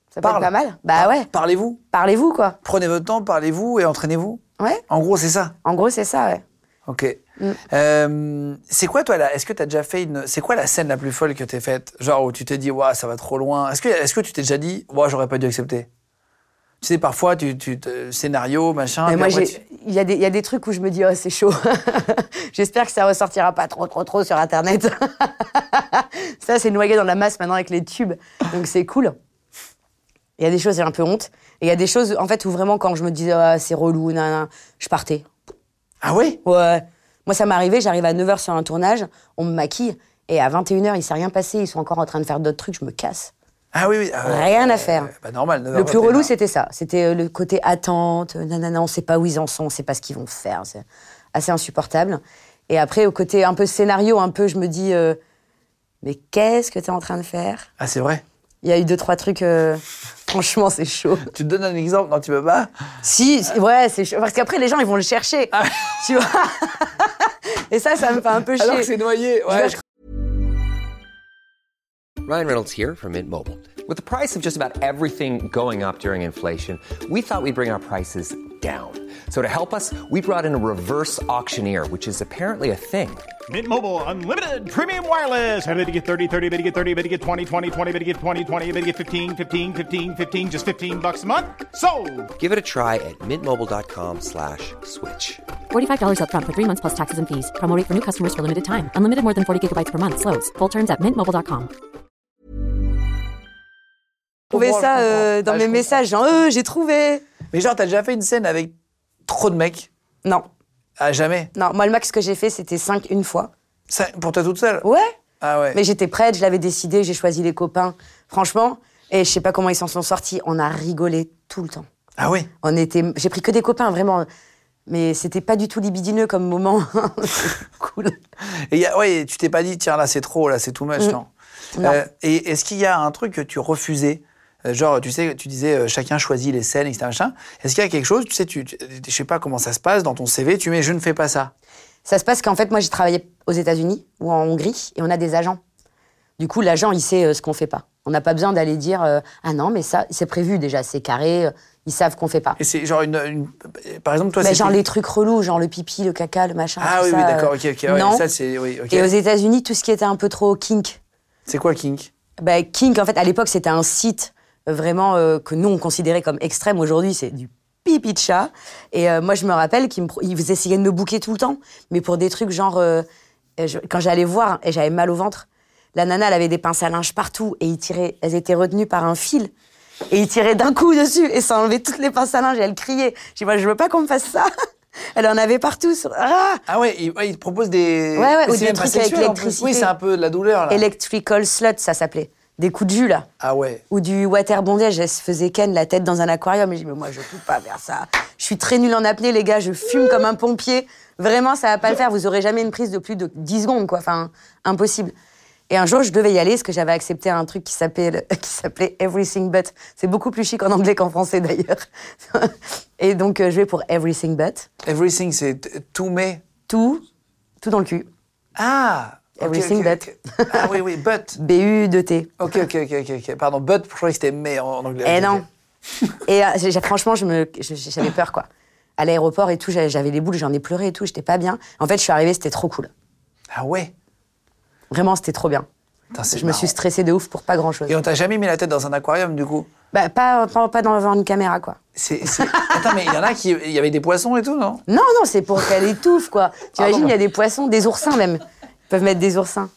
Ça peut Parle. être pas mal. Bah ouais, Parlez-vous. parlez-vous, quoi. Prenez votre temps, parlez-vous et entraînez-vous. Ouais, En gros, c'est ça. en gros, c'est ça, ouais. Ok. Mm. Euh, c'est quoi, toi, là Est-ce que tu as déjà fait une. C'est quoi la scène la plus folle que t'es faite Genre où tu t'es dit, waouh, ça va trop loin. Est-ce que, est que tu t'es déjà dit, waouh, j'aurais pas dû accepter Tu sais, parfois, tu, tu te- scénario, machin. Mais puis moi, après, j'ai- il y, a des- il y a des trucs où je me dis, oh, c'est chaud. J'espère que ça ressortira pas trop, trop, trop sur Internet. ça, c'est noyé dans la masse maintenant avec les tubes. Donc, c'est cool. Il y a des choses, j'ai un peu honte. Et il y a des choses, en fait, où vraiment, quand je me disais, Ah, c'est relou, nanana, je partais. tu- Ah oui Ouais. Moi, ça m'est arrivé, j'arrive à 9h sur un tournage, on me maquille, et à 21h, il s'est rien passé, ils sont encore en train de faire d'autres trucs, je me casse. Ah oui, oui. ah ouais. Rien à faire. Bah, normal. Le plus relou, c'était ça. C'était euh, le côté attente, euh, nanana, on sait pas où ils en sont, on sait pas ce qu'ils vont faire. C'est assez insupportable. Et après, au côté un peu scénario, un peu, je me dis, euh, mais qu'est-ce que t'es en train de faire Ah, c'est vrai. Il y a eu deux, trois trucs, euh, franchement, c'est chaud. Tu te donnes un exemple Non, tu peux pas Si, si, ouais, c'est chaud. Parce qu'après, les gens, ils vont le chercher. Ah. Tu vois Et ça, ça me fait un peu chier. Alors que c'est noyé. Je Ouais, vais- Ryan Reynolds here from Mint Mobile. With the price of just about everything going up during inflation, we thought we'd bring our prices down. So to help us, we brought in a reverse auctioneer, which is apparently a thing. Mint Mobile unlimited premium wireless. Ready to get 30, 30, bit to get 30, bit to get 20, 20, 20, bit to get 20, 20, bit to get 15, 15, 15, 15 just 15 bucks a month. So, Give it a try at mintmobile.com slash switch. $45 up front for three months plus taxes and fees. Promo rate for new customers for limited time. Unlimited more than 40 gigabytes per month. Slows. Full terms at mintmobile.com. trouvé Je comprends, ça je euh, comprends. dans Ah, je mes comprends. messages, genre, Euh, j'ai trouvé. Mais genre, t'as déjà fait une scène avec trop de mecs Non, À jamais. Non, moi, le max que j'ai fait, c'était 5 une fois. Ça, pour toi toute seule Ouais. Ah ouais. Mais j'étais prête, je l'avais décidé, j'ai choisi les copains. Franchement, et je sais pas comment ils s'en sont sortis, on a rigolé tout le temps. Ah oui. On était, j'ai pris que des copains, vraiment. Mais c'était pas du tout libidineux comme moment. cool. Et il y a- ouais, tu t'es pas dit, tiens, là, c'est trop, là, c'est too much, non. Mm. Non. Euh, et est-ce qu'il y a un truc que tu refusais Euh, Genre, tu sais, tu disais, euh, chacun choisit les scènes, etc. machin. Est-ce qu'il y a quelque chose, tu sais, tu, tu- je sais pas comment ça se passe, dans ton CV, tu mets, je ne fais pas ça. Ça se passe qu'en fait, moi, j'ai travaillé aux États-Unis ou en Hongrie et on a des agents. Du coup, l'agent, il sait euh, ce qu'on fait pas. On n'a pas besoin d'aller dire euh, ah non, mais ça, c'est prévu déjà, c'est carré. euh, Ils savent qu'on fait pas. Et c'est genre une, une- Par exemple, toi, Mais c'est. genre les trucs relous, genre le pipi, le caca, le machin. Bah, Ah tout oui, ça, oui, euh, d'accord, ok, ok. ouais, non. Ça, c'est. Oui, ok. Et aux États-Unis, tout ce qui était un peu trop kink. C'est quoi, Kink Bah, kink, en fait, à l'époque, c'était un site euh, vraiment euh, que nous, on considérait comme extrême. Aujourd'hui, c'est du pipi de chat. Et euh, moi, je me rappelle qu'ils me pro- ils essayaient de me bouquer tout le temps, mais pour des trucs genre. euh, euh, je- quand j'allais voir et j'avais mal au ventre, la nana, elle avait des pinces à linge partout et ils tiraient, elles étaient retenues par un fil. Et ils tiraient d'un coup dessus et ça enlevait toutes les pinces à linge et elle criait. Je dis, moi, je veux pas qu'on me fasse ça. Elle en avait partout. Sur... Ah Ah ouais, il, ouais, il te propose des. Ouais, ouais, Mais ou c'est des même pas trucs avec sexuel, en plus. l'électricité. Oui, c'est un peu de la douleur, là. Electrical slut, ça s'appelait. Des coups de jus, là. Ah ouais. Ou du waterbondage, elle se faisait ken la tête dans un aquarium. Et je dis, mais moi, je peux pas faire ça. Je suis très nulle en apnée, les gars, je fume comme un pompier. Vraiment, ça va pas le faire. Vous aurez jamais une prise de plus de 10 secondes, quoi. Enfin, impossible. Et un jour, je devais y aller parce que j'avais accepté un truc qui s'appelait, qui s'appelait Everything But. C'est beaucoup plus chic en anglais qu'en français, d'ailleurs. Et donc, euh, je vais pour Everything But. Everything, c'est t- tout, mais. Tout, tout dans le cul. Ah ok, Everything ok, but. ok. Ah oui, oui, but. B-U-D-T. Ok, ok, ok, ok, ok. Pardon, but, je croyais que c'était mais en en anglais. Eh Ok, non. ok. et euh, j'ai- j'ai- franchement, je me, je- j'avais peur, quoi. À l'aéroport et tout, j'avais j'avais les boules, j'en ai pleuré et tout, j'étais pas bien. En fait, je suis arrivée, c'était trop cool. Ah ouais Vraiment, c'était trop bien. Putain, c'est Je me marrant. suis stressée de ouf pour pas grand chose. Et on t'a jamais mis la tête dans un aquarium, du coup Bah, pas, pas, pas devant une caméra, quoi. C'est- c'est- Attends, mais il y en a qui. Il y avait des poissons et tout, non Non, non, c'est pour qu'elle étouffe, quoi. T'imagines, il y a des poissons, des oursins même. Ils peuvent mettre des oursins.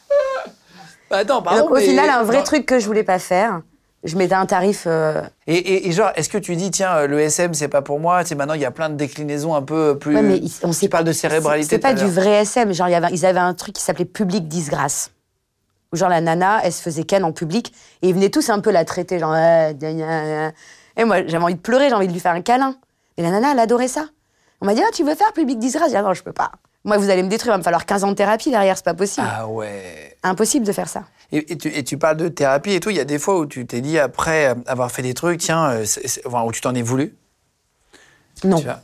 Bah, Attends, Et pardon. donc, au mais- final, un vrai Non. truc que je voulais pas faire, je mettais un tarif. euh, Et, et- et genre, est-ce que tu dis, tiens, euh, le SM, c'est pas pour moi Tu sais, maintenant, il y a plein de déclinaisons un peu euh, plus. Ouais, mais ils- on Tu sait parles pas- de cérébralité. C'est c'est pas tout à du l'heure. vrai SM. Genre, il y avait- ils avaient un truc qui s'appelait public disgrâce. Où genre la nana, elle se faisait ken en public et ils venaient tous un peu la traiter, genre. Ouais, gna, gna, gna. Et moi, j'avais envie de pleurer, j'ai envie de lui faire un câlin. Et la nana, elle adorait ça. On m'a dit, ah, tu veux faire public disgrâce J'ai dit, Ah non, je peux pas. Moi, vous allez me détruire, il va me falloir 15 ans de thérapie derrière, c'est pas possible. Ah ouais. Impossible de faire ça. Et, et tu, et tu parles de thérapie et tout. Il y a des fois où tu t'es dit, après euh, avoir fait des trucs, tiens, euh, c'est- c'est- enfin, où tu t'en es voulu. Non. Tu vois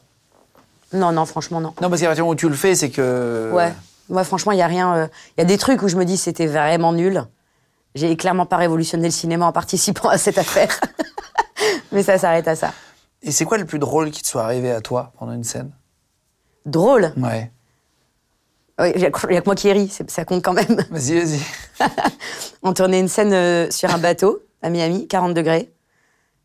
Non, non, franchement, non. Non, parce qu'à partir du moment où tu le fais, c'est que. Ouais. Moi, franchement, il y a rien. euh, Il y a des trucs où je me dis c'était vraiment nul. J'ai clairement pas révolutionné le cinéma en participant à cette affaire. Mais ça s'arrête à ça. Et c'est quoi le plus drôle qui te soit arrivé à toi pendant une scène Drôle. Ouais. Oui, Il y, a que il y a que moi qui ris, c'est- ça compte quand même. Vas-y, vas-y. On tournait une scène euh, sur un bateau à Miami, 40 degrés.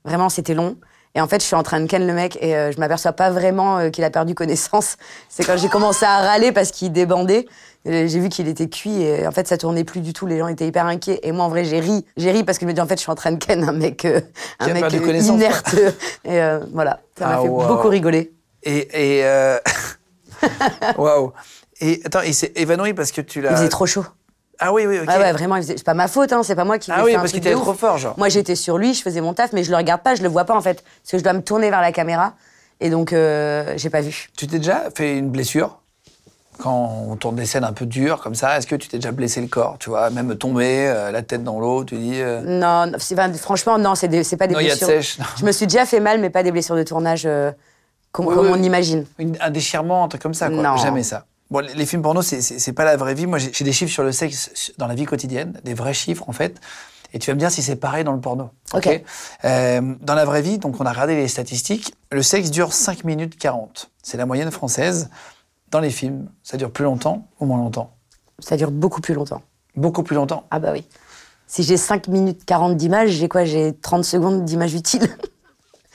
Vraiment, c'était long. Et en fait, je suis en train de ken le mec et euh, je m'aperçois pas vraiment euh, qu'il a perdu connaissance. C'est quand j'ai commencé à râler parce qu'il débandait. euh, j'ai vu qu'il était cuit et en fait, ça tournait plus du tout. Les gens étaient hyper inquiets. Et moi, en vrai, j'ai ri. J'ai ri parce que je me dis, en fait, je suis en train de ken un mec, euh, Qui un a mec perdu euh, connaissance, inerte. et euh, voilà, ça m'a Ah, fait wow. beaucoup rigoler. Et. et euh, Waouh. Et attends, il s'est évanoui parce que tu l'as. Il faisait trop chaud. Ah oui, oui, ok. Ah ouais, vraiment, il faisait- c'est pas ma faute, hein, c'est pas moi qui Ah lui ai oui, fait un parce truc qu'il était de ouf. trop fort, genre. Moi, j'étais sur lui, je faisais mon taf, mais je le regarde pas, je le vois pas en fait, parce que je dois me tourner vers la caméra, et donc euh, j'ai pas vu. Tu t'es déjà fait une blessure quand on tourne des scènes un peu dures comme ça, est-ce que tu t'es déjà blessé le corps, tu vois, même tombé, euh, la tête dans l'eau, tu dis. euh, Non, non, c'est- enfin, franchement, non, c'est des- c'est pas des Non, il y a de blessures. sèche, non. Je me suis déjà fait mal, mais pas des blessures de tournage euh, com- Oui, comme oui, on oui. imagine. Une- un déchirement, un truc comme ça, quoi. Non. Jamais ça. Bon, les les films porno, c'est- c'est c'est pas la vraie vie. Moi, j'ai j'ai des chiffres sur le sexe su- dans la vie quotidienne, des vrais chiffres, en fait. Et tu vas me dire si c'est pareil dans le porno. Ok. Euh, dans la vraie vie, donc, on a regardé les statistiques. Le sexe dure 5 minutes 40. C'est la moyenne française. Dans les films, ça dure plus longtemps ou moins longtemps Ça dure beaucoup plus longtemps. Beaucoup plus longtemps. Ah bah oui. Si j'ai 5 minutes 40 d'images, j'ai quoi J'ai 30 secondes d'images utiles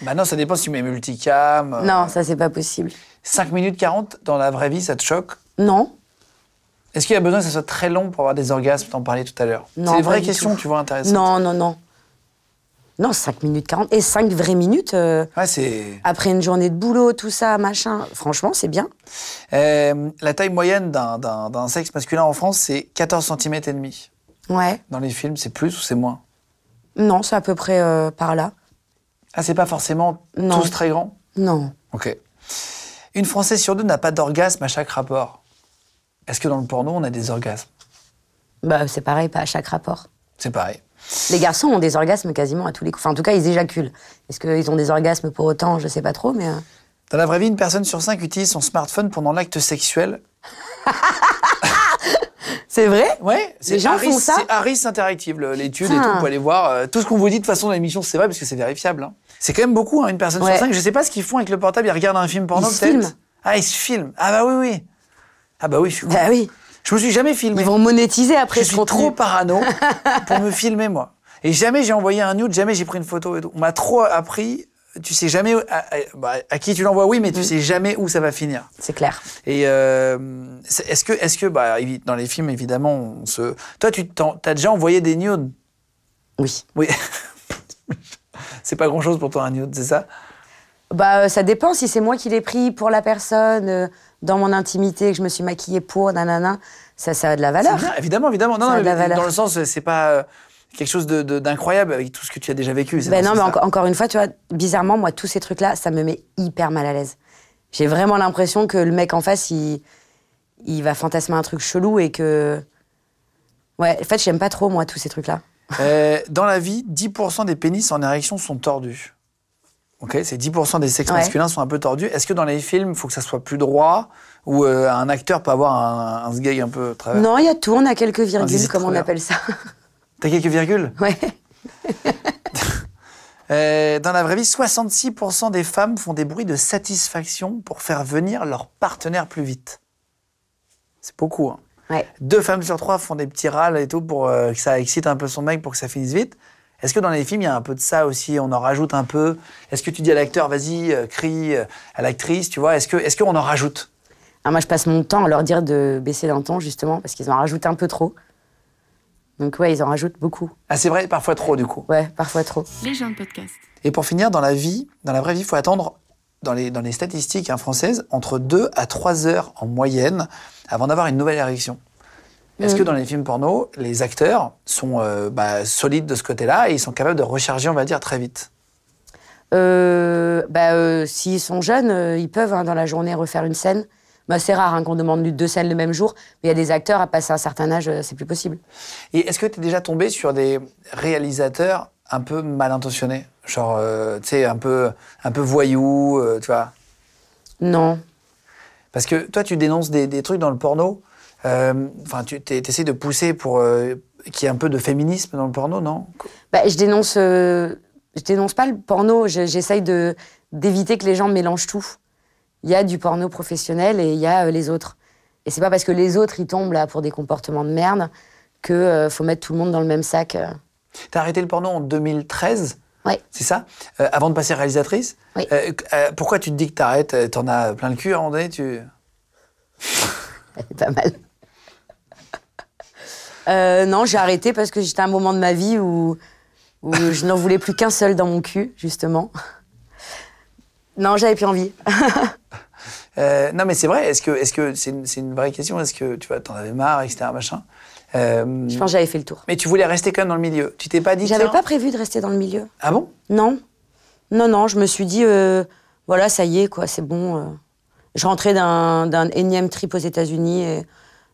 Bah non, ça dépend si tu mets multicam. euh, Non, ça c'est pas possible. 5 minutes 40 dans la vraie vie, ça te choque Non, Est-ce qu'il y a besoin que ça soit très long pour avoir des orgasmes T'en parlais tout à l'heure. Ah, Non, C'est des pas vraies du questions, tout. tu vois, intéressantes. non, non, non. Non, 5 minutes 40 et 5 vraies minutes euh, Ouais, c'est. après une journée de boulot, tout ça, machin. Franchement, c'est bien. Euh, la taille moyenne d'un- d'un d'un sexe masculin en France, c'est 14 cm et demi. Ouais. Dans les films, c'est plus ou c'est moins Non, c'est à peu près euh, par là. Ah, c'est pas forcément Non. tous très grands Non. Ok. Une Française sur deux n'a pas d'orgasme à chaque rapport. Est-ce que dans le porno, on a des orgasmes Bah, c'est pareil, pas à chaque rapport. C'est pareil. Les garçons ont des orgasmes quasiment à tous les coups. Enfin, en tout cas, ils éjaculent. Est-ce qu'ils ont des orgasmes pour autant Je sais pas trop, mais. euh, Dans la vraie vie, une personne sur cinq utilise son smartphone pendant l'acte sexuel. C'est vrai Ouais, c'est Les gens Harris, font ça Ah. c'est Harris Interactive, le- l'étude et tout. Putain. Vous pouvez aller voir euh, tout ce qu'on vous dit de toute façon dans l'émission, c'est vrai parce que c'est vérifiable. hein. C'est quand même beaucoup, hein, une personne Ouais. sur cinq. Je sais pas ce qu'ils font avec le portable. Ils regardent un film porno Ils se peut-être. filment. Ah, ils se filment. Ah bah oui, oui. Ah bah oui, je suis. con. Bah oui. Je me suis jamais filmé. Ils vont monétiser après Je ce suis trop contenu. parano pour me filmer, moi. Et jamais j'ai envoyé un nude, jamais j'ai pris une photo et tout. On m'a trop appris. Tu sais jamais à, à- bah, à qui tu l'envoies, oui, mais Mm. tu sais jamais où ça va finir. C'est clair. Et euh, c'est- est-ce que, est-ce que, bah, évi- dans les films, évidemment, on se. Toi, tu t'en- t'as déjà envoyé des nudes Oui. Oui. c'est pas grand-chose pour toi un nude, c'est ça Bah, euh, ça dépend si c'est moi qui l'ai pris pour la personne, euh, dans mon intimité, que je me suis maquillée pour, nanana. Ça, ça a de la C'est valeur. bien, Évidemment, évidemment. Non, Ça a non, de la mais dans valeur. le sens, c'est pas euh, quelque chose de- de- d'incroyable avec tout ce que tu as déjà vécu. c'est Ben dans non, ce mais sens-là. enco- encore une fois, tu vois, bizarrement, moi, tous ces trucs-là, ça me met hyper mal à l'aise. J'ai vraiment l'impression que le mec en face, il, il va fantasmer un truc chelou et que. Ouais, en fait, j'aime pas trop, moi, tous ces trucs-là. Euh, dans la vie, 10% des pénis en érection sont tordus. Ok, c'est 10% des sexes Ouais. masculins sont un peu tordus. Est-ce que dans les films, il faut que ça soit plus droit ou euh, un acteur peut avoir un, un sgeg un peu travers Non, il y a tout, on a quelques virgules, zizi comme on travers. appelle ça. T'as quelques virgules ouais. Euh, Dans la vraie vie, 66% des femmes font des bruits de satisfaction pour faire venir leur partenaire plus vite. C'est beaucoup. hein. Ouais. Deux femmes sur trois font des petits râles et tout pour euh, que ça excite un peu son mec pour que ça finisse vite. Est-ce que dans les films, il y a un peu de ça aussi On en rajoute un peu Est-ce que tu dis à l'acteur, vas-y, euh, crie, euh, à l'actrice, tu vois Est-ce que est-ce qu'on en rajoute Ah, moi, je passe mon temps à leur dire de baisser d'un ton, justement, parce qu'ils en rajoutent un peu trop. Donc, ouais, ils en rajoutent beaucoup. Ah, c'est vrai, parfois trop du coup. Ouais, parfois trop. Les gens de podcast. Et pour finir, dans la vie, dans la vraie vie, il faut attendre, dans les, dans les statistiques hein, françaises, entre 2 à 3 heures en moyenne avant d'avoir une nouvelle érection. Est-ce que dans les films porno, les acteurs sont euh, bah, solides de ce côté-là et ils sont capables de recharger, on va dire, très vite Euh, bah, euh, S'ils sont jeunes, euh, ils peuvent hein, dans la journée refaire une scène. Bah, c'est rare hein, qu'on demande deux scènes le même jour, mais il y a des acteurs à passer un certain âge, euh, c'est plus possible. Et est-ce que tu es déjà tombé sur des réalisateurs un peu mal intentionnés Genre, euh, tu sais, un peu, un peu voyous, euh, tu vois Non. Parce que toi, tu dénonces des, des trucs dans le porno. euh, Enfin, tu essaies de pousser pour euh, qu'il y ait un peu de féminisme dans le porno, non Bah, je dénonce, euh, je dénonce pas le porno. je- J'essaye de d'éviter que les gens mélangent tout. Il y a du porno professionnel et il y a euh, les autres. Et c'est pas parce que les autres ils tombent là pour des comportements de merde que euh, faut mettre tout le monde dans le même sac. euh. T'as arrêté le porno en 2013 Ouais. C'est ça Euh, Avant de passer réalisatrice Oui. Euh, euh, Pourquoi tu te dis que t'arrêtes Euh, T'en as plein le cul à un moment donné tu... C'est pas mal. Euh, non, j'ai arrêté parce que j'étais à un moment de ma vie où, où je n'en voulais plus qu'un seul dans mon cul, justement. Non, j'avais plus envie. Ah, Euh, Non, mais c'est vrai. Est-ce que est-ce que c'est une, c'est une vraie question Est-ce que tu vois, t'en avais marre, etc. Machin. Euh, Je pense que j'avais fait le tour. mais tu voulais rester quand même dans le milieu. Tu t'es pas dit. J'avais tiens- pas prévu de rester dans le milieu. Ah bon Non. Non, non, je me suis dit, euh, voilà, ça y est, quoi, c'est bon. euh. Je rentrais d'un d'un énième trip aux États-Unis et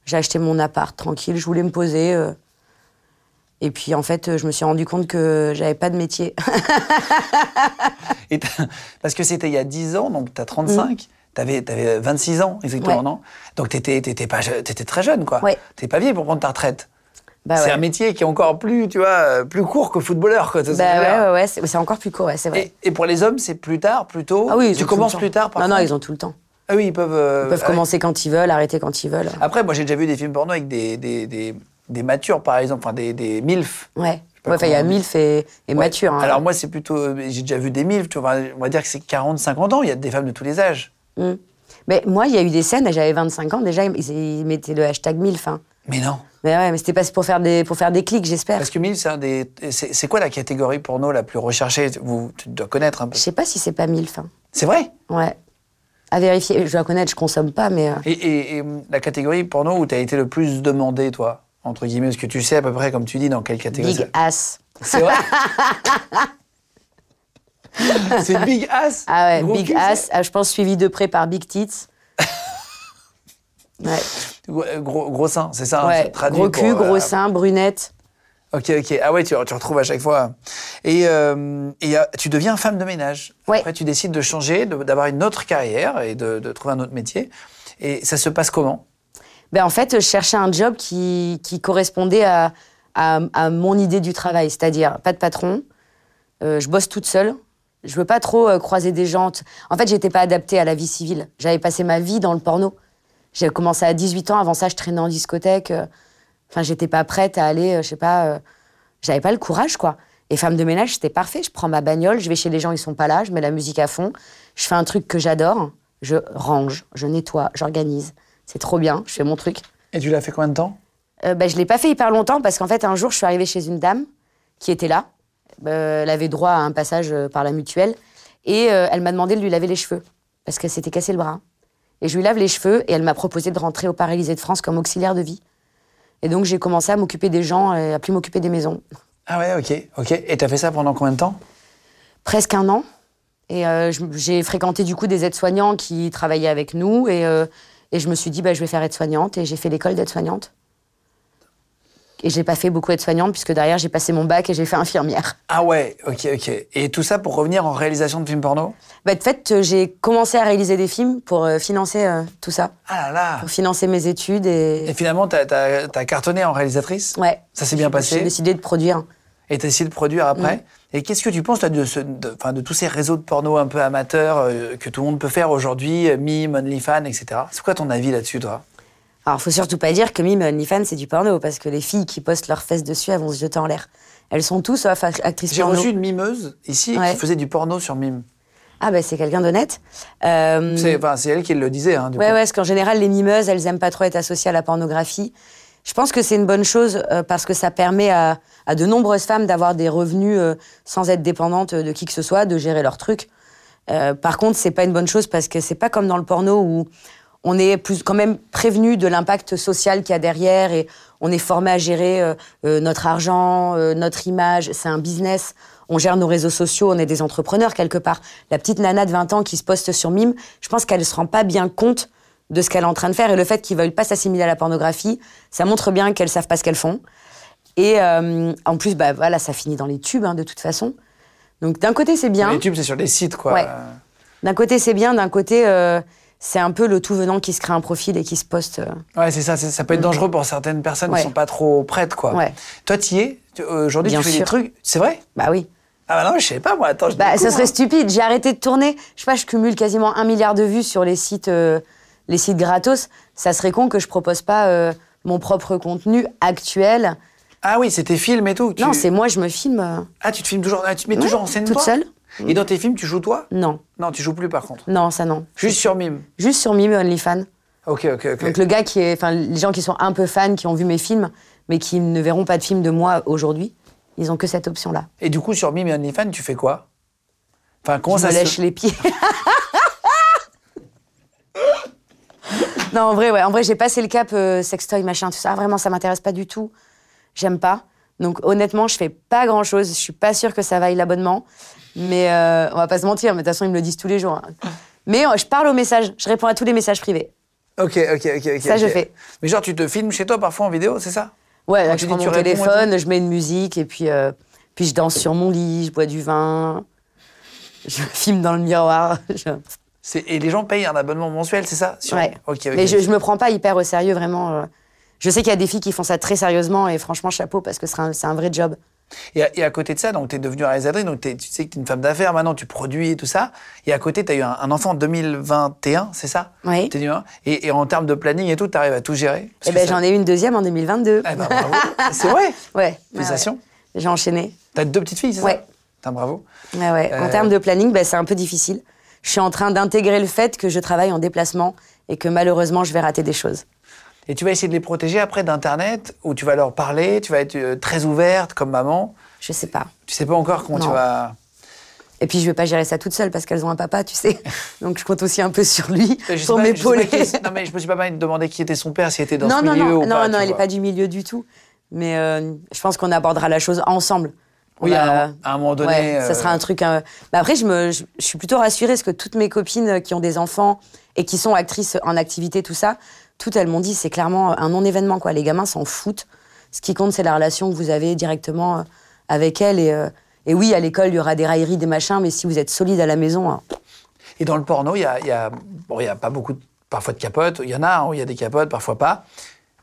j'ai acheté mon appart tranquille, je voulais me poser. euh. Et puis, en fait, euh, je me suis rendu compte que j'avais pas de métier. Et t'as- Parce que c'était il y a 10 ans, donc t'as 35. T'avais, t'avais 26 ans, exactement, Mm. Ouais. non Donc t'étais, t'étais, pas, je- t'étais très jeune, quoi. Ouais. T'es pas vieille pour prendre ta retraite. Bah c'est ouais. un métier qui est encore plus, tu vois, euh, plus court que footballeur, quoi. ça, c'est Bah clair. ouais, ouais, ouais, c'est c'est encore plus court, ouais, c'est vrai. Et, et pour les hommes, c'est plus tard, plus tôt. ah oui, ils ont tout tu le commences temps. plus tard. Par Non, non, contre ils ont tout le temps. Ah oui, ils peuvent. euh, Ils peuvent ah oui. commencer quand ils veulent, arrêter quand ils veulent. Après, moi, j'ai déjà vu des films porno avec des des, des, des matures, par exemple, enfin des des milfs. Ouais. pas Ouais, Enfin, il y a comment on dit. Milf et, et Ouais. Mature. hein. Alors moi, c'est plutôt, euh, j'ai déjà vu des milfs. Tu vois, on va dire que c'est 40-50 ans. Il y a des femmes de tous les âges. Mais moi, il y a eu des scènes, j'avais 25 ans, déjà, ils, ils mettaient le hashtag Milf. hein. Mais non. Mais ouais, mais c'était pas pour faire des, pour faire des clics, j'espère. Parce que 1000, c'est un des. C'est c'est quoi la catégorie porno la plus recherchée Vous, Tu dois connaître un peu. Je sais pas si c'est pas mille fins. C'est vrai Ouais. À vérifier. Je dois connaître, je consomme pas, mais. euh, et, et- et, hum, la catégorie porno où tu as été le plus demandé, toi Entre guillemets, parce que tu sais à peu près, comme tu dis, dans quelle catégorie. Big ass. C'est vrai C'est Big Ass Ah ouais, Gros Big cul, c'est- ass. ah, je pense suivi de près par Big tits. ouais. Ouais, Gros, gros sein, c'est ça hein, Ouais, ça traduit Gros pour, cul, euh, gros sein, brunette. Ok, ok. Ah ouais, tu, tu retrouves à chaque fois. Et, euh, et, euh, tu deviens femme de ménage. Ouais. Après, tu décides de changer, de- d'avoir une autre carrière et de, de trouver un autre métier. Et ça se passe comment Ben, en fait, je cherchais un job qui, qui correspondait à, à, à mon idée du travail, c'est-à-dire pas de patron, euh, je bosse toute seule, je veux pas trop euh, croiser des gens. t- En fait, j'étais pas adaptée à la vie civile. J'avais passé ma vie dans le porno. J'ai commencé à 18 ans, avant ça, je traînais en discothèque. euh, Enfin, j'étais pas prête à aller, euh, je sais pas, euh, j'avais pas le courage, quoi. Et femme de ménage, c'était parfait. Je prends ma bagnole, je vais chez les gens, ils sont pas là, je mets la musique à fond, je fais un truc que j'adore, je range, je nettoie, j'organise. C'est trop bien, je fais mon truc. Et tu l'as fait combien de temps Euh, bah, je l'ai pas fait hyper longtemps parce qu'en fait, un jour, je suis arrivée chez une dame qui était là. Euh, elle avait droit à un passage euh, par la mutuelle. Et euh, elle m'a demandé de lui laver les cheveux parce qu'elle s'était cassé le bras. Et je lui lave les cheveux et elle m'a proposé de rentrer au Paralysé de France comme auxiliaire de vie. Et donc, j'ai commencé à m'occuper des gens et à plus m'occuper des maisons. Ah ouais, ok, ok. Et t'as fait ça pendant combien de temps Presque un an. Et euh, je- j'ai fréquenté du coup des aides-soignants qui travaillaient avec nous. Et, euh, et je me suis dit, bah, je vais faire aide-soignante. Et j'ai fait l'école d'aide-soignante. Et j'ai pas fait beaucoup aide-soignante, puisque derrière, j'ai passé mon bac et j'ai fait infirmière. Ah ouais, ok, ok. Et tout ça pour revenir en réalisation de films porno Bah, de fait, euh, j'ai commencé à réaliser des films pour euh, financer euh, tout ça, Ah là là pour financer mes études. Et Et, finalement, t'as as, cartonné en réalisatrice ouais. Ça s'est bien J'ai passé décidé de produire. Et t'as essayé de produire Mm. après Et qu'est-ce que tu penses toi, de, ce- de, enfin, de tous ces réseaux de porno un peu amateurs euh, que tout le monde peut faire aujourd'hui, euh, Mime, OnlyFans, etc. C'est quoi ton avis là-dessus, toi Alors, faut surtout pas dire que Mime et OnlyFans, c'est du porno, parce que les filles qui postent leurs fesses dessus, elles vont se jeter en l'air. Elles sont tous sauf actrices J'ai porno. reçu une mimeuse ici Ouais. qui faisait du porno sur Mime. Ah, bah, c'est quelqu'un d'honnête. Euh, C'est enfin, c'est elle qui le disait. Hein, du Ouais, coup. ouais, parce qu'en général, les mimeuses, elles aiment pas trop être associées à la pornographie. Je pense que c'est une bonne chose euh, parce que ça permet à, à de nombreuses femmes d'avoir des revenus euh, sans être dépendantes de qui que ce soit, de gérer leurs trucs. Euh, par contre, c'est pas une bonne chose parce que c'est pas comme dans le porno où on est plus quand même prévenu de l'impact social qu'il y a derrière et on est formé à gérer euh, euh, notre argent, euh, notre image. C'est un business. On gère nos réseaux sociaux, on est des entrepreneurs quelque part. La petite nana de 20 ans qui se poste sur Mime, je pense qu'elle se rend pas bien compte de ce qu'elle est en train de faire et le fait qu'ils veulent pas s'assimiler à la pornographie, ça montre bien qu'elles savent pas ce qu'elles font. Et euh, en plus, bah voilà, ça finit dans les tubes hein, de toute façon. Donc d'un côté c'est bien. Les tubes, c'est sur des sites, quoi. hein. Ouais. D'un côté, c'est bien, d'un côté, euh, c'est un peu le tout venant qui se crée un profil et qui se poste. euh. Ouais, c'est ça. c'est- Ça peut être dangereux pour certaines personnes Ouais. qui sont pas trop prêtes, quoi. Ouais. Toi, t'y es Tu- euh, Aujourd'hui, tu Bien fais des sûr. trucs. C'est vrai Bah oui. Ah bah non, je sais pas, moi. Attends, je Bah, découvre, ça serait hein. stupide. J'ai arrêté de tourner. Je sais pas, je cumule quasiment un milliard de vues sur les sites, euh, les sites gratos. Ça serait con que je propose pas euh, mon propre contenu actuel. Ah oui, c'est tes films et tout. tu- Non, c'est moi, je me filme. euh, Ah, tu te filmes toujours. ah, tu te mets Ouais, toujours en scène, toute toi seule. Et dans tes films, tu joues toi Non, Non, tu joues plus, par contre. non, ça non. Juste sur mime. Juste sur Mime et OnlyFans. Ok, ok, ok. Donc le gars qui est, enfin les gens qui sont un peu fans, qui ont vu mes films, mais qui ne verront pas de films de moi aujourd'hui, ils ont que cette option-là. Et du coup, sur Mime et OnlyFans, tu fais quoi Enfin, comment je ça me lèche se... les pieds. non, en vrai, ouais. En vrai, j'ai passé le cap euh, sextoy, machin, tout ça. Vraiment, ça m'intéresse pas du tout. J'aime pas. Donc, honnêtement, je fais pas grand chose. Je suis pas sûre que ça vaille l'abonnement. Mais euh, on va pas se mentir. Mais de toute façon, ils me le disent tous les jours. hein. Mais euh, je parle aux messages. Je réponds à tous les messages privés. Ok, ok, ok, ok. Ça, je ok. fais. Mais genre, tu te filmes chez toi parfois en vidéo, c'est ça Ouais, là, Quand je tu prends dis mon tu réponds et téléphone, je mets une musique et puis, euh, puis je danse sur mon lit, je bois du vin, je me filme dans le miroir. je- C'est- Et les gens payent un abonnement mensuel, c'est ça Sur- Ouais. Ok, ok. Mais je, je me prends pas hyper au sérieux, vraiment. euh. Je sais qu'il y a des filles qui font ça très sérieusement et franchement, chapeau, parce que c'est un, c'est un vrai job. Et, à, et à côté de ça, donc, t'es devenue réalisatrice, donc t'es- tu sais que t'es une femme d'affaires, maintenant tu produis et tout ça. Et à côté, t'as eu un, un enfant en 2021, c'est ça Oui. T'es du- hein Et, et en termes de planning et tout, t'arrives à tout gérer Et ben, j'en ai eu une deuxième en 2022. Eh ben, bravo. c'est vrai Ouais. Félicitations. ouais, ouais. J'ai enchaîné. T'as deux petites filles, c'est Ouais. ça Putain, bravo. Ouais, ouais. En Euh, termes de planning, ben, c'est un peu difficile. Je suis en train d'intégrer le fait que je travaille en déplacement et que malheureusement, je vais rater des choses. Et tu vas essayer de les protéger après d'Internet, où tu vas leur parler, tu vas être euh, très ouverte comme maman. Je sais pas. Tu sais pas encore comment Non. tu vas. Et puis je vais pas gérer ça toute seule parce qu'elles ont un papa, tu sais. Donc je compte aussi un peu sur lui Euh, Je sais pour pas- je sais pas m'épauler. qui est- Non, mais je me suis pas mal demandé qui était son père, s'il était dans Non, ce non, milieu non, ou non, pas. non, tu il n'est vois. pas du milieu du tout. Mais euh, je pense qu'on abordera la chose ensemble. On Oui, à va- un- à un moment donné, ouais, euh, ça sera un truc. euh, mais après, je, me, je, je suis plutôt rassurée parce que toutes mes copines euh, qui ont des enfants et qui sont actrices en activité, tout ça, toutes elles m'ont dit c'est clairement euh, un non-événement. quoi. Les gamins s'en foutent. Ce qui compte, c'est la relation que vous avez directement euh, avec elles. Et, euh, et oui, à l'école, il y aura des railleries, des machins, mais si vous êtes solide à la maison. hein, Et dans le porno, il y a, il y a- bon, il y a pas beaucoup, de- parfois de capotes. Il y en a, hein, où il y a des capotes, parfois pas.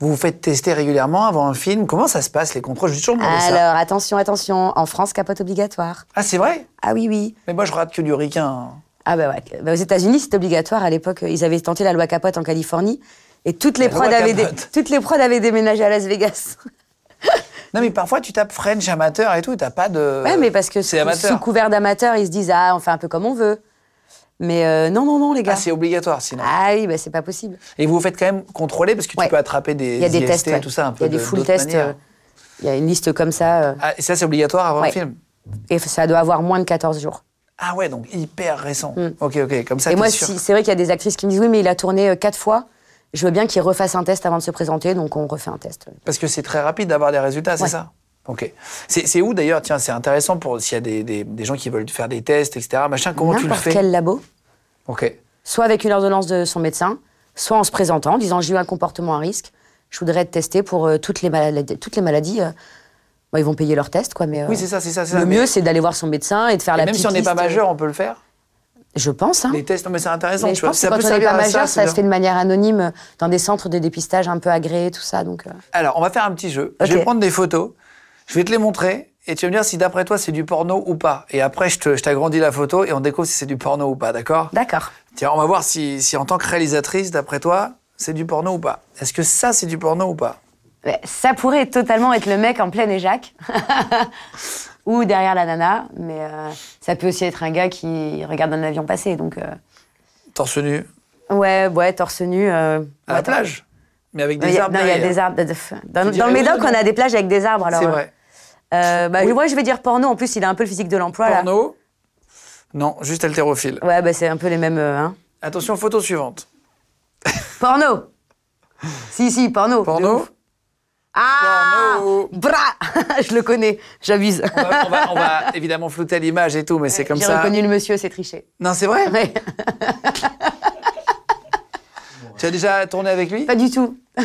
Vous vous faites tester régulièrement avant un film. Comment ça se passe, les contrôles Je suis toujours demandé ça. Alors, attention, attention. En France, capote obligatoire. Ah, c'est vrai Ah oui, oui. Mais moi, je rate que du ricain. Ah bah ouais. Bah, aux États-Unis, c'est obligatoire. À l'époque, ils avaient tenté la loi Capote en Californie. Et toutes les, La loi prods avaient, dé- Capote. toutes les prods avaient déménagé à Las Vegas. Non, mais parfois, tu tapes French amateur et tout, et t'as pas de. ouais, mais parce que c'est sous, amateur. sous couvert d'amateur, ils se disent Ah, on fait un peu comme on veut. Mais euh, non, non, non, les Ah, gars. c'est obligatoire sinon. Ah oui, bah, c'est pas possible. Et vous vous faites quand même contrôler parce que tu Ouais. peux attraper des, Il y a des IST tests. et ouais. tout ça un peu. Il y a des de- full d'autres tests. manières. euh, Il y a une liste comme ça. euh, Ah, et ça, c'est obligatoire avant le Ouais. film. et ça doit avoir moins de 14 jours. Ah ouais, donc hyper récent. Ok, ok, comme ça, Mm. t'es Et moi, sûr. si- c'est vrai qu'il y a des actrices qui me disent Oui, mais il a tourné euh, quatre fois. Je veux bien qu'il refasse un test avant de se présenter. Donc, on refait un test. Parce que c'est très rapide d'avoir des résultats, c'est Ouais. ça Ok. C'est c'est où d'ailleurs Tiens, c'est intéressant pour s'il y a des, des- des gens qui veulent faire des tests, etc. Machin, comment tu le N'importe fais quel labo. Ok. soit avec une ordonnance de son médecin, soit en se présentant, en disant j'ai eu un comportement à risque, je voudrais être testé pour euh, toutes les maladies. Toutes les maladies euh, bon, ils vont payer leur test, quoi. Mais euh, Oui, c'est ça, c'est ça, c'est le ça. mieux, Mais- c'est d'aller voir son médecin et de faire la Même petite si on n'est pas liste, euh, majeur, on peut le faire Je pense. Hein. Les tests, non mais c'est intéressant. Mais tu je vois. pense que Ça quand peut on n'est servir pas à majeur, c'est ça, se bien. fait de manière anonyme euh, dans des centres de dépistage un peu agréés, tout ça. Donc, euh, Alors, on va faire un petit jeu. Je Ok. vais prendre des photos, je vais te les montrer, et tu vas me dire si d'après toi c'est du porno ou pas. Et après, je te- je t'agrandis la photo et on découvre si c'est du porno ou pas, d'accord D'accord. Tiens, on va voir si, si en tant que réalisatrice, d'après toi, c'est du porno ou pas. Est-ce que ça, c'est du porno ou pas Ouais, Ça pourrait totalement être le mec en plein éjac. Ou derrière la nana, mais euh, ça peut aussi être un gars qui regarde un avion passer. Donc, euh, Torse nu, ouais, ouais, torse nu. euh, à la ouais, plage, mais avec Non, Ah, des il y a- arbres non, il y a derrière. des arbres. de- de- Dans, dirais dans le oui, Médoc, non on a des plages avec des arbres. alors, C'est euh, vrai. euh, bah, Oui. Moi, je vais dire porno. En plus, il a un peu le physique de l'emploi. là. Porno Non, juste haltérophile. Ouais, bah, c'est un peu les mêmes. euh, hein. Attention, photo suivante. Porno Si, si, porno. De Porno ouf. Ah Porno. Bra Je le connais, j'abuse. on va, on va- on va évidemment flouter l'image et tout, mais c'est comme J'ai ça. reconnu le monsieur, c'est triché. Non, c'est vrai Ouais. Tu as déjà tourné avec lui Pas du tout.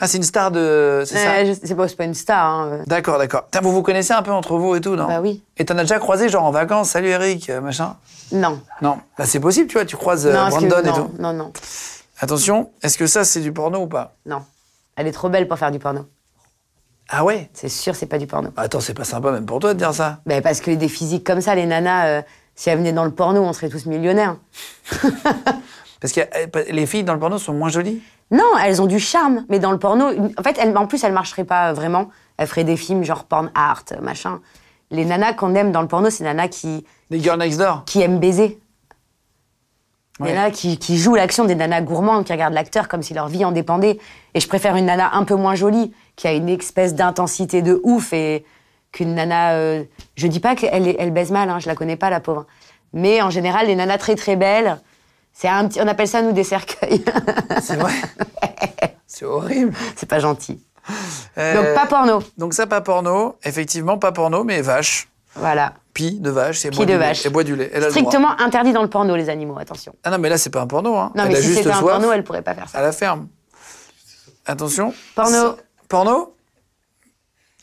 Ah, c'est une star de. C'est ça Ouais, je- C'est pas, c'est pas une star. hein. D'accord, d'accord. Putain, Vous vous connaissez un peu entre vous et tout, non Bah oui. Et t'en as déjà croisé, genre en vacances, salut Eric, euh, machin Non. Non. Bah, c'est possible, tu vois, tu croises euh, non, parce que- Brandon et non, tout. non, non, Attention, est-ce que ça, c'est du porno ou pas non. Elle est trop belle pour faire du porno. Ah ouais Bah, C'est sûr, c'est pas du porno. Attends, c'est pas sympa même pour toi de dire ça. Ben, parce que des physiques comme ça, les nanas, euh, si elles venaient dans le porno, on serait tous millionnaires. Parce que euh, pa- les filles dans le porno sont moins jolies. Non, elles ont du charme, mais dans le porno, une- en fait, elles- en plus, elles marcheraient pas euh, vraiment. Elles feraient des films genre porn art, euh, machin. Les nanas qu'on aime dans le porno, c'est les nanas qui, Les girls next door. qui aiment baiser. Des Ouais. nanas qui, qui jouent l'action, des nanas gourmandes qui regardent l'acteur comme si leur vie en dépendait. Et je préfère une nana un peu moins jolie, qui a une espèce d'intensité de ouf et qu'une nana. euh, je dis pas qu'elle est- elle baise mal, hein, je la connais pas la pauvre. Mais en général, les nanas très très belles, c'est un petit, on appelle ça nous des cercueils. C'est vrai. c'est horrible. c'est pas gentil. Euh, Donc pas porno. Donc ça, pas porno. Effectivement, pas porno, mais vache. Voilà. Pie de vache, c'est Pie bois de du lait. vache. Et bois du lait. Elle a le droit. Strictement interdit dans le porno, les animaux, attention. Ah non, mais là, c'est pas un porno. Hein. Non, elle mais a si juste c'était un soif porno, elle pourrait pas faire ça. à la ferme. Attention. Porno. Ça- Porno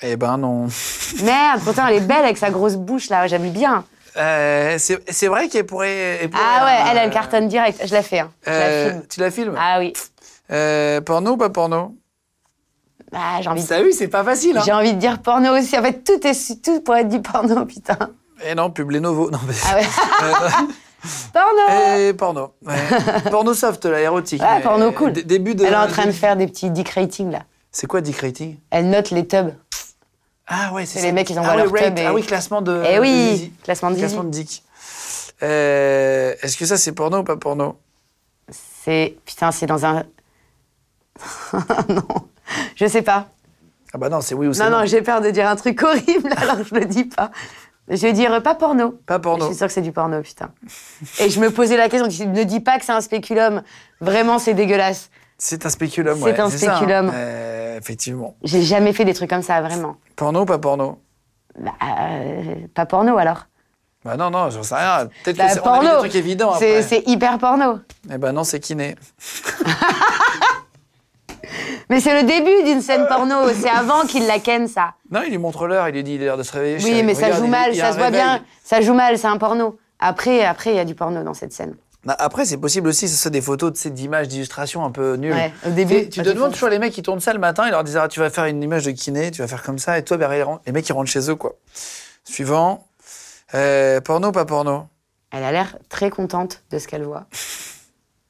Eh ben non. Merde, pourtant elle est belle avec sa grosse bouche là, j'aime bien. Euh, c'est c'est vrai qu'elle pourrait, elle pourrait, Ah ouais, elle, euh, elle cartonne direct, je la fais. Hein. Je euh, la filme. tu la filmes Ah oui. Euh, Porno ou pas porno Ah, j'ai envie, de... T'as vu, c'est pas facile. j'ai envie de dire porno aussi. En fait, tout est su- tout pourrait être du porno, putain. Et Eh non, pub Lenovo. Non, mais... Ah ouais. porno. Et porno. ouais. porno soft, là, érotique. Ouais, mais- porno cool. d- Début de. Elle est en train de faire des petits dick ratings là. C'est quoi Dick Rating Elle note les tubs. Ah ouais, c'est C'est les ça. mecs, ils envoient ah, ouais, leur rate. tub et- Ah oui, classement de. Eh de oui, Zizi. classement de Zizi. Classement de Dick. Euh, Est-ce que ça, c'est porno ou pas porno C'est putain, c'est dans un non, je sais pas. Ah bah non, c'est oui ou c'est Non, non. non, j'ai peur de dire un truc horrible, alors je le dis pas. Je vais dire euh, pas porno. Pas porno. Je suis sûre que c'est du porno, putain. Et je me posais la question, je dis, ne dis pas que c'est un spéculum. Vraiment, c'est dégueulasse. C'est un spéculum, C'est ouais, un ça, hein. spéculum. Euh, effectivement. J'ai jamais fait des trucs comme ça, vraiment. Porno ou pas porno Bah, euh, pas porno alors. Bah non, non, j'en sais rien. Peut-être Bah, que c'est on a mis porno. des trucs évidents C'est- après. C'est hyper porno. Eh ben non, c'est kiné. Mais c'est le début d'une scène porno. C'est avant qu'il la ken, ça. Non, il lui montre l'heure, il lui dit il est l'heure de se réveiller. Oui, chérie. mais ça Regarde, joue il- mal, il y a ça un se voit réveil. bien. Ça joue mal, c'est un porno. Après, après, il y a du porno dans cette scène. Bah, après, c'est possible aussi, ce soit des photos de ces d'images, d'illustrations un peu nulles. Ouais, au début, Tu, tu au te début. demandes toujours les mecs qui tournent ça le matin, ils leur disent ah, tu vas faire une image de kiné, tu vas faire comme ça, et toi, derrière, ils rentrent- les mecs, ils rentrent chez eux, quoi. Suivant. Euh, porno, pas porno Elle a l'air très contente de ce qu'elle voit.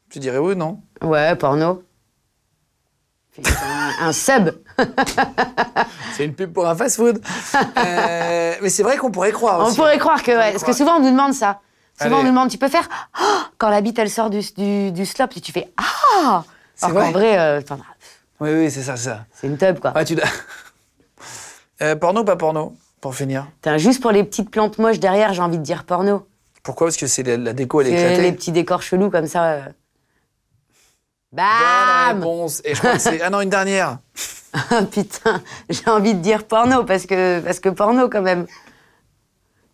Tu dirais oui, non Ouais, porno. Putain, un sub. C'est une pub pour un fast-food. Euh, mais c'est vrai qu'on pourrait croire On aussi. pourrait croire que, ouais, parce que croire. souvent on nous demande ça. Souvent on Allez. nous demande, tu peux faire Oh quand la bite elle sort du, du, du slop, et tu fais ah. C'est Alors qu'en vrai. vrai, euh, t'en as- Oui, oui, c'est ça, c'est ça. c'est une tub quoi. Ouais, tu dois- Euh, porno, pas porno Pour finir. Putain, juste pour les petites plantes moches derrière, j'ai envie de dire porno. Pourquoi Parce que c'est la, la déco, elle est Euh, éclatée. les petits décors chelous comme ça. euh. Bonne Bam réponse. Et je crois que c'est. Ah non, une dernière. Putain, j'ai envie de dire porno parce que parce que porno quand même.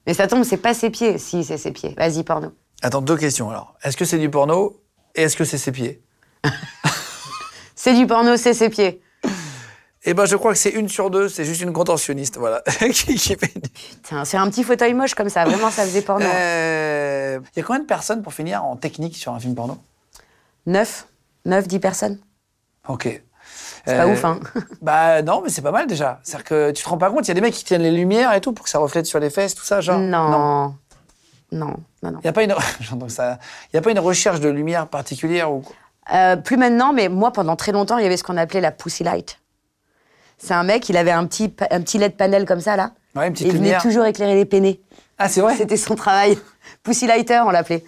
Mais ça tombe, c'est pas ses pieds. Si, c'est ses pieds. Vas-y, porno. Attends, deux questions alors. Est-ce que c'est du porno et est-ce que c'est ses pieds C'est du porno, c'est ses pieds. Eh ben, je crois que c'est une sur deux, c'est juste une contentionniste, voilà. qui, qui fait du- Putain, c'est un petit fauteuil moche comme ça. Vraiment, ça faisait porno. hein. Euh, Il y a combien de personnes pour finir en technique sur un film porno 9 9, 10 personnes. Ok. Euh, C'est pas ouf, hein. Bah non, mais c'est pas mal déjà. C'est-à-dire que tu te rends pas compte, il y a des mecs qui tiennent les lumières et tout pour que ça reflète sur les fesses, tout ça, genre. Non. Non, non, non. Il n'y a pas une, j'entends ça. Il y a pas une recherche de lumière particulière ou quoi Euh, plus maintenant, mais moi, pendant très longtemps, il y avait ce qu'on appelait la pussy light. C'est un mec, il avait un petit, pa- un petit LED panel comme ça, là. Ouais, une petite Et il venait lumière. toujours éclairer les peinés. Ah c'est vrai. C'était son travail. Pussy lighter, on l'appelait.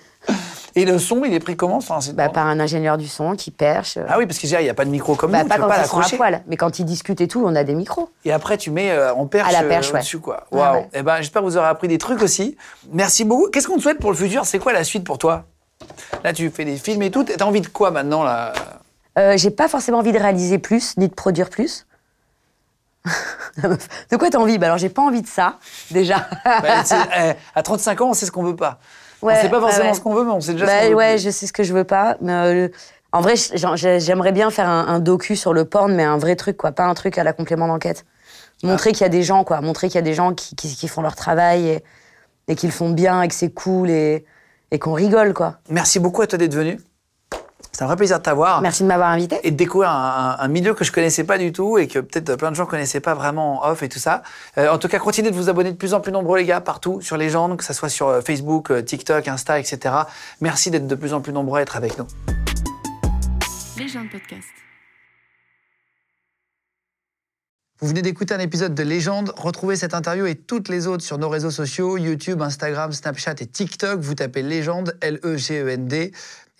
Et le son, il est pris comment Enfin, c'est- Bah, par un ingénieur du son qui perche. euh, Ah oui, parce que je veux dire, il n'y a pas de micro comme bah, nous, pas tu peux quand pas ils sont à l'accrocher. poil, mais quand ils discutent et tout, on a des micros. Et après, tu mets euh, en perche, À la perche, euh, ouais. au-dessus, quoi. Ouais, Waouh. ouais. Eh ben, j'espère que vous aurez appris des trucs aussi. Merci beaucoup. Qu'est-ce qu'on te souhaite pour le futur C'est quoi la suite pour toi Là, tu fais des films et tout. T'as envie de quoi maintenant, là Euh, j'ai pas forcément envie de réaliser plus, ni de produire plus. La meuf, de quoi t'as envie Bah alors j'ai pas envie de ça, déjà. Bah, c'est- eh, À 35 ans, on sait ce qu'on veut pas. Ouais, on sait pas ouais, forcément ouais. ce qu'on veut, mais on sait déjà Bah, ce qu'on veut. ouais, je sais ce que je veux pas. Mais euh, le- en vrai, j'en- j'ai- j'aimerais bien faire un, un docu sur le porn, mais un vrai truc, quoi. Pas un truc à la complément d'enquête. Montrer qu'il y a des gens, quoi. Montrer qu'il y a des gens qui, qui- qui font leur travail et, et qu'ils le font bien et que c'est cool et, et qu'on rigole, quoi. Merci beaucoup à toi d'être venu. C'est un vrai plaisir de t'avoir. Merci de m'avoir invité. et de découvrir un, un- un milieu que je connaissais pas du tout et que peut-être plein de gens connaissaient pas vraiment en off et tout ça. Euh, en tout cas, continuez de vous abonner de plus en plus nombreux, les gars, partout, sur les gens, que ce soit sur euh, Facebook, euh, TikTok, Insta, etc. Merci d'être de plus en plus nombreux à être avec nous. Les gens de podcast. Vous venez d'écouter un épisode de Légende. Retrouvez cette interview et toutes les autres sur nos réseaux sociaux, YouTube, Instagram, Snapchat et TikTok. Vous tapez Légende, E L-E-G-E-N-D.